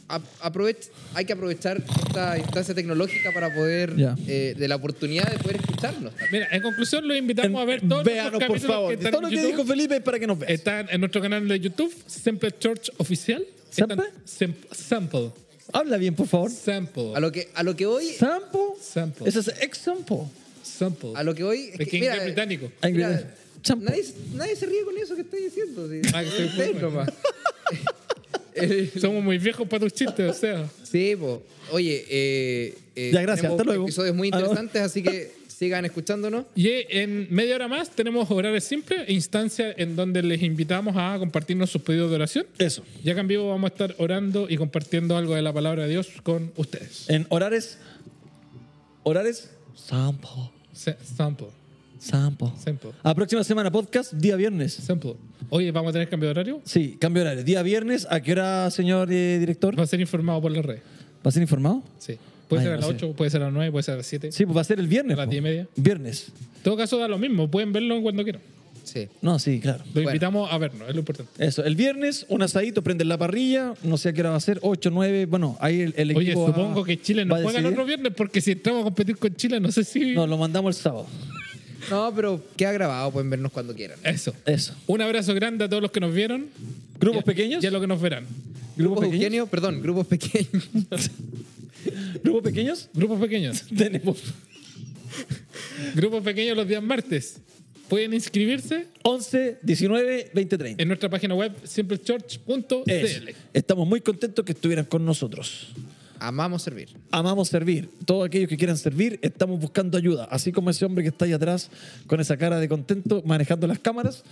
Speaker 2: a- aprovech- hay que aprovechar esta instancia tecnológica para poder,
Speaker 1: Ya.
Speaker 2: eh, de la oportunidad de poder escucharnos.
Speaker 3: Mira, en conclusión, los invitamos a ver todos
Speaker 1: Véanos,
Speaker 3: nuestros
Speaker 1: por
Speaker 3: capítulos
Speaker 1: favor.
Speaker 3: que están
Speaker 1: Todo lo
Speaker 3: en
Speaker 1: que
Speaker 3: YouTube.
Speaker 1: dijo Felipe es para que nos veas.
Speaker 3: Están en nuestro canal de YouTube, Sample Church Oficial.
Speaker 1: ¿Sample?
Speaker 3: Están- sem- sample.
Speaker 1: Habla bien, por favor.
Speaker 3: Sample.
Speaker 2: A lo que, a lo que hoy,
Speaker 1: ¿Sampo?
Speaker 3: Sampo.
Speaker 1: Ese es exampo.
Speaker 3: Sample.
Speaker 2: a lo que hoy, es
Speaker 3: Es
Speaker 2: que,
Speaker 3: que
Speaker 2: mira, eh,
Speaker 3: inglés británico.
Speaker 1: Ah, inglés.
Speaker 2: mira,
Speaker 1: Champo.
Speaker 2: nadie, nadie se ríe con eso que estoy diciendo. sí.
Speaker 3: Ah, que estoy muy
Speaker 2: Ustedes
Speaker 3: bueno.
Speaker 2: nomás. Eh,
Speaker 3: Somos muy viejos para tus chistes, o sea.
Speaker 2: Sí, po. Oye, eh, eh,
Speaker 1: Ya, gracias,
Speaker 2: tenemos
Speaker 1: hasta luego.
Speaker 2: episodios muy
Speaker 1: Ah, no.
Speaker 2: interesantes, así que sigan escuchándonos.
Speaker 3: Y en media hora más tenemos horarios simples, instancia en donde les invitamos a compartirnos sus pedidos de oración.
Speaker 1: Eso.
Speaker 3: Ya que en vivo vamos a estar orando y compartiendo algo de la palabra de Dios con ustedes.
Speaker 1: En horares... Horares... Sampo.
Speaker 3: Se- Sample,
Speaker 1: Sampo.
Speaker 3: sample,
Speaker 1: A próxima semana podcast, día viernes.
Speaker 3: sample. Oye, ¿vamos a tener cambio de horario?
Speaker 1: Sí, cambio de horario. Día viernes, ¿a qué hora, señor eh, director?
Speaker 3: Va a ser informado por la red.
Speaker 1: ¿Va a ser informado?
Speaker 3: Sí. Puede
Speaker 1: Ay,
Speaker 3: ser a
Speaker 1: no
Speaker 3: las
Speaker 1: sé.
Speaker 3: 8, puede ser a las 9, puede ser a las 7.
Speaker 1: Sí, pues va a ser el viernes.
Speaker 3: A las
Speaker 1: po.
Speaker 3: 10 y media.
Speaker 1: Viernes.
Speaker 3: En todo caso da lo mismo, pueden verlo cuando quieran.
Speaker 2: Sí.
Speaker 1: No, sí, claro.
Speaker 3: Los
Speaker 2: Bueno.
Speaker 3: invitamos a vernos, es lo importante.
Speaker 1: Eso, el viernes un asadito, prenden la parrilla, no sé a qué hora va a ser, 8, 9, bueno, ahí el, el
Speaker 3: Oye,
Speaker 1: equipo va-
Speaker 3: supongo que Chile no
Speaker 1: ah, va a
Speaker 3: juega el
Speaker 1: decidir.
Speaker 3: otro viernes porque si entramos a competir con Chile, no sé si...
Speaker 1: No, lo mandamos el sábado.
Speaker 2: No, pero queda grabado, pueden vernos cuando quieran.
Speaker 3: Eso.
Speaker 1: Eso.
Speaker 3: Un abrazo grande a todos los que nos vieron.
Speaker 1: ¿Grupos
Speaker 3: Ya-
Speaker 1: pequeños?
Speaker 3: Ya lo que nos verán.
Speaker 1: ¿Grupos
Speaker 2: Grupos
Speaker 1: pequeños? Mm.
Speaker 2: Eugenio, perdón, grupos pequeños.
Speaker 1: ¿Grupos pequeños?
Speaker 3: Grupos pequeños.
Speaker 1: Tenemos
Speaker 3: Grupos pequeños los días martes. Pueden inscribirse
Speaker 1: 11, 19, 20, 30.
Speaker 3: en nuestra página web
Speaker 1: Eso.
Speaker 3: simplechurch.cl.
Speaker 1: Estamos muy contentos que estuvieran con nosotros.
Speaker 2: Amamos servir.
Speaker 1: Amamos servir. Todos aquellos que quieran servir, estamos buscando ayuda. Así como ese hombre que está ahí atrás con esa cara de contento manejando las cámaras,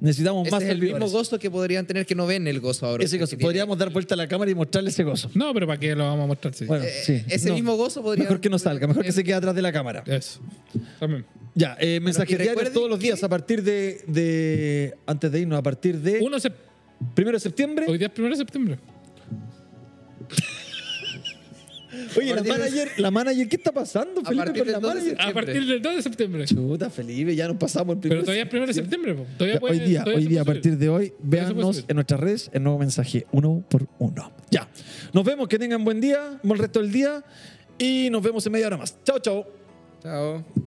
Speaker 1: necesitamos
Speaker 2: Ese
Speaker 1: más
Speaker 2: es el mismo
Speaker 1: servidores.
Speaker 2: gozo que podrían tener que no ven el gozo ahora.
Speaker 1: Ese gozo.
Speaker 2: Que tienen.
Speaker 1: Podríamos dar vuelta a la cámara y mostrarle ese gozo.
Speaker 3: No, pero ¿para qué lo vamos a mostrar? Sí.
Speaker 1: Bueno,
Speaker 2: Eh,
Speaker 1: sí.
Speaker 2: ese
Speaker 1: No.
Speaker 2: mismo gozo podría.
Speaker 1: Mejor que no salga, mejor que se quede atrás de la cámara.
Speaker 3: Eso. También.
Speaker 1: Ya, eh, mensajes
Speaker 2: y recuerden
Speaker 1: diarios todos los días a partir de, de- Antes de irnos, a partir de.
Speaker 3: Uno sep-
Speaker 1: eh. Primero de septiembre.
Speaker 3: Hoy día es 1 de septiembre.
Speaker 1: Oye, la
Speaker 2: A partir de-
Speaker 1: manager, la manager, ¿qué está pasando,
Speaker 2: A
Speaker 1: Felipe,
Speaker 2: partir
Speaker 1: con
Speaker 2: del
Speaker 1: la
Speaker 2: 12
Speaker 1: manager?
Speaker 3: A
Speaker 2: Septiembre.
Speaker 3: partir del 2 de septiembre.
Speaker 1: Chuta, Felipe, ya nos pasamos el
Speaker 3: Pero
Speaker 1: primer
Speaker 3: todavía es 1 de septiembre. po. Todavía
Speaker 1: Ya,
Speaker 3: puede-
Speaker 1: hoy día,
Speaker 3: todavía
Speaker 1: hoy
Speaker 3: se
Speaker 1: día, a
Speaker 3: puede
Speaker 1: partir de hoy,
Speaker 3: se puede
Speaker 1: véanos
Speaker 3: subir.
Speaker 1: en nuestras redes el nuevo mensaje, uno por uno. Ya. Nos vemos, que tengan buen día, buen resto del día y nos vemos en media hora más. Chao, chao.
Speaker 2: Chao.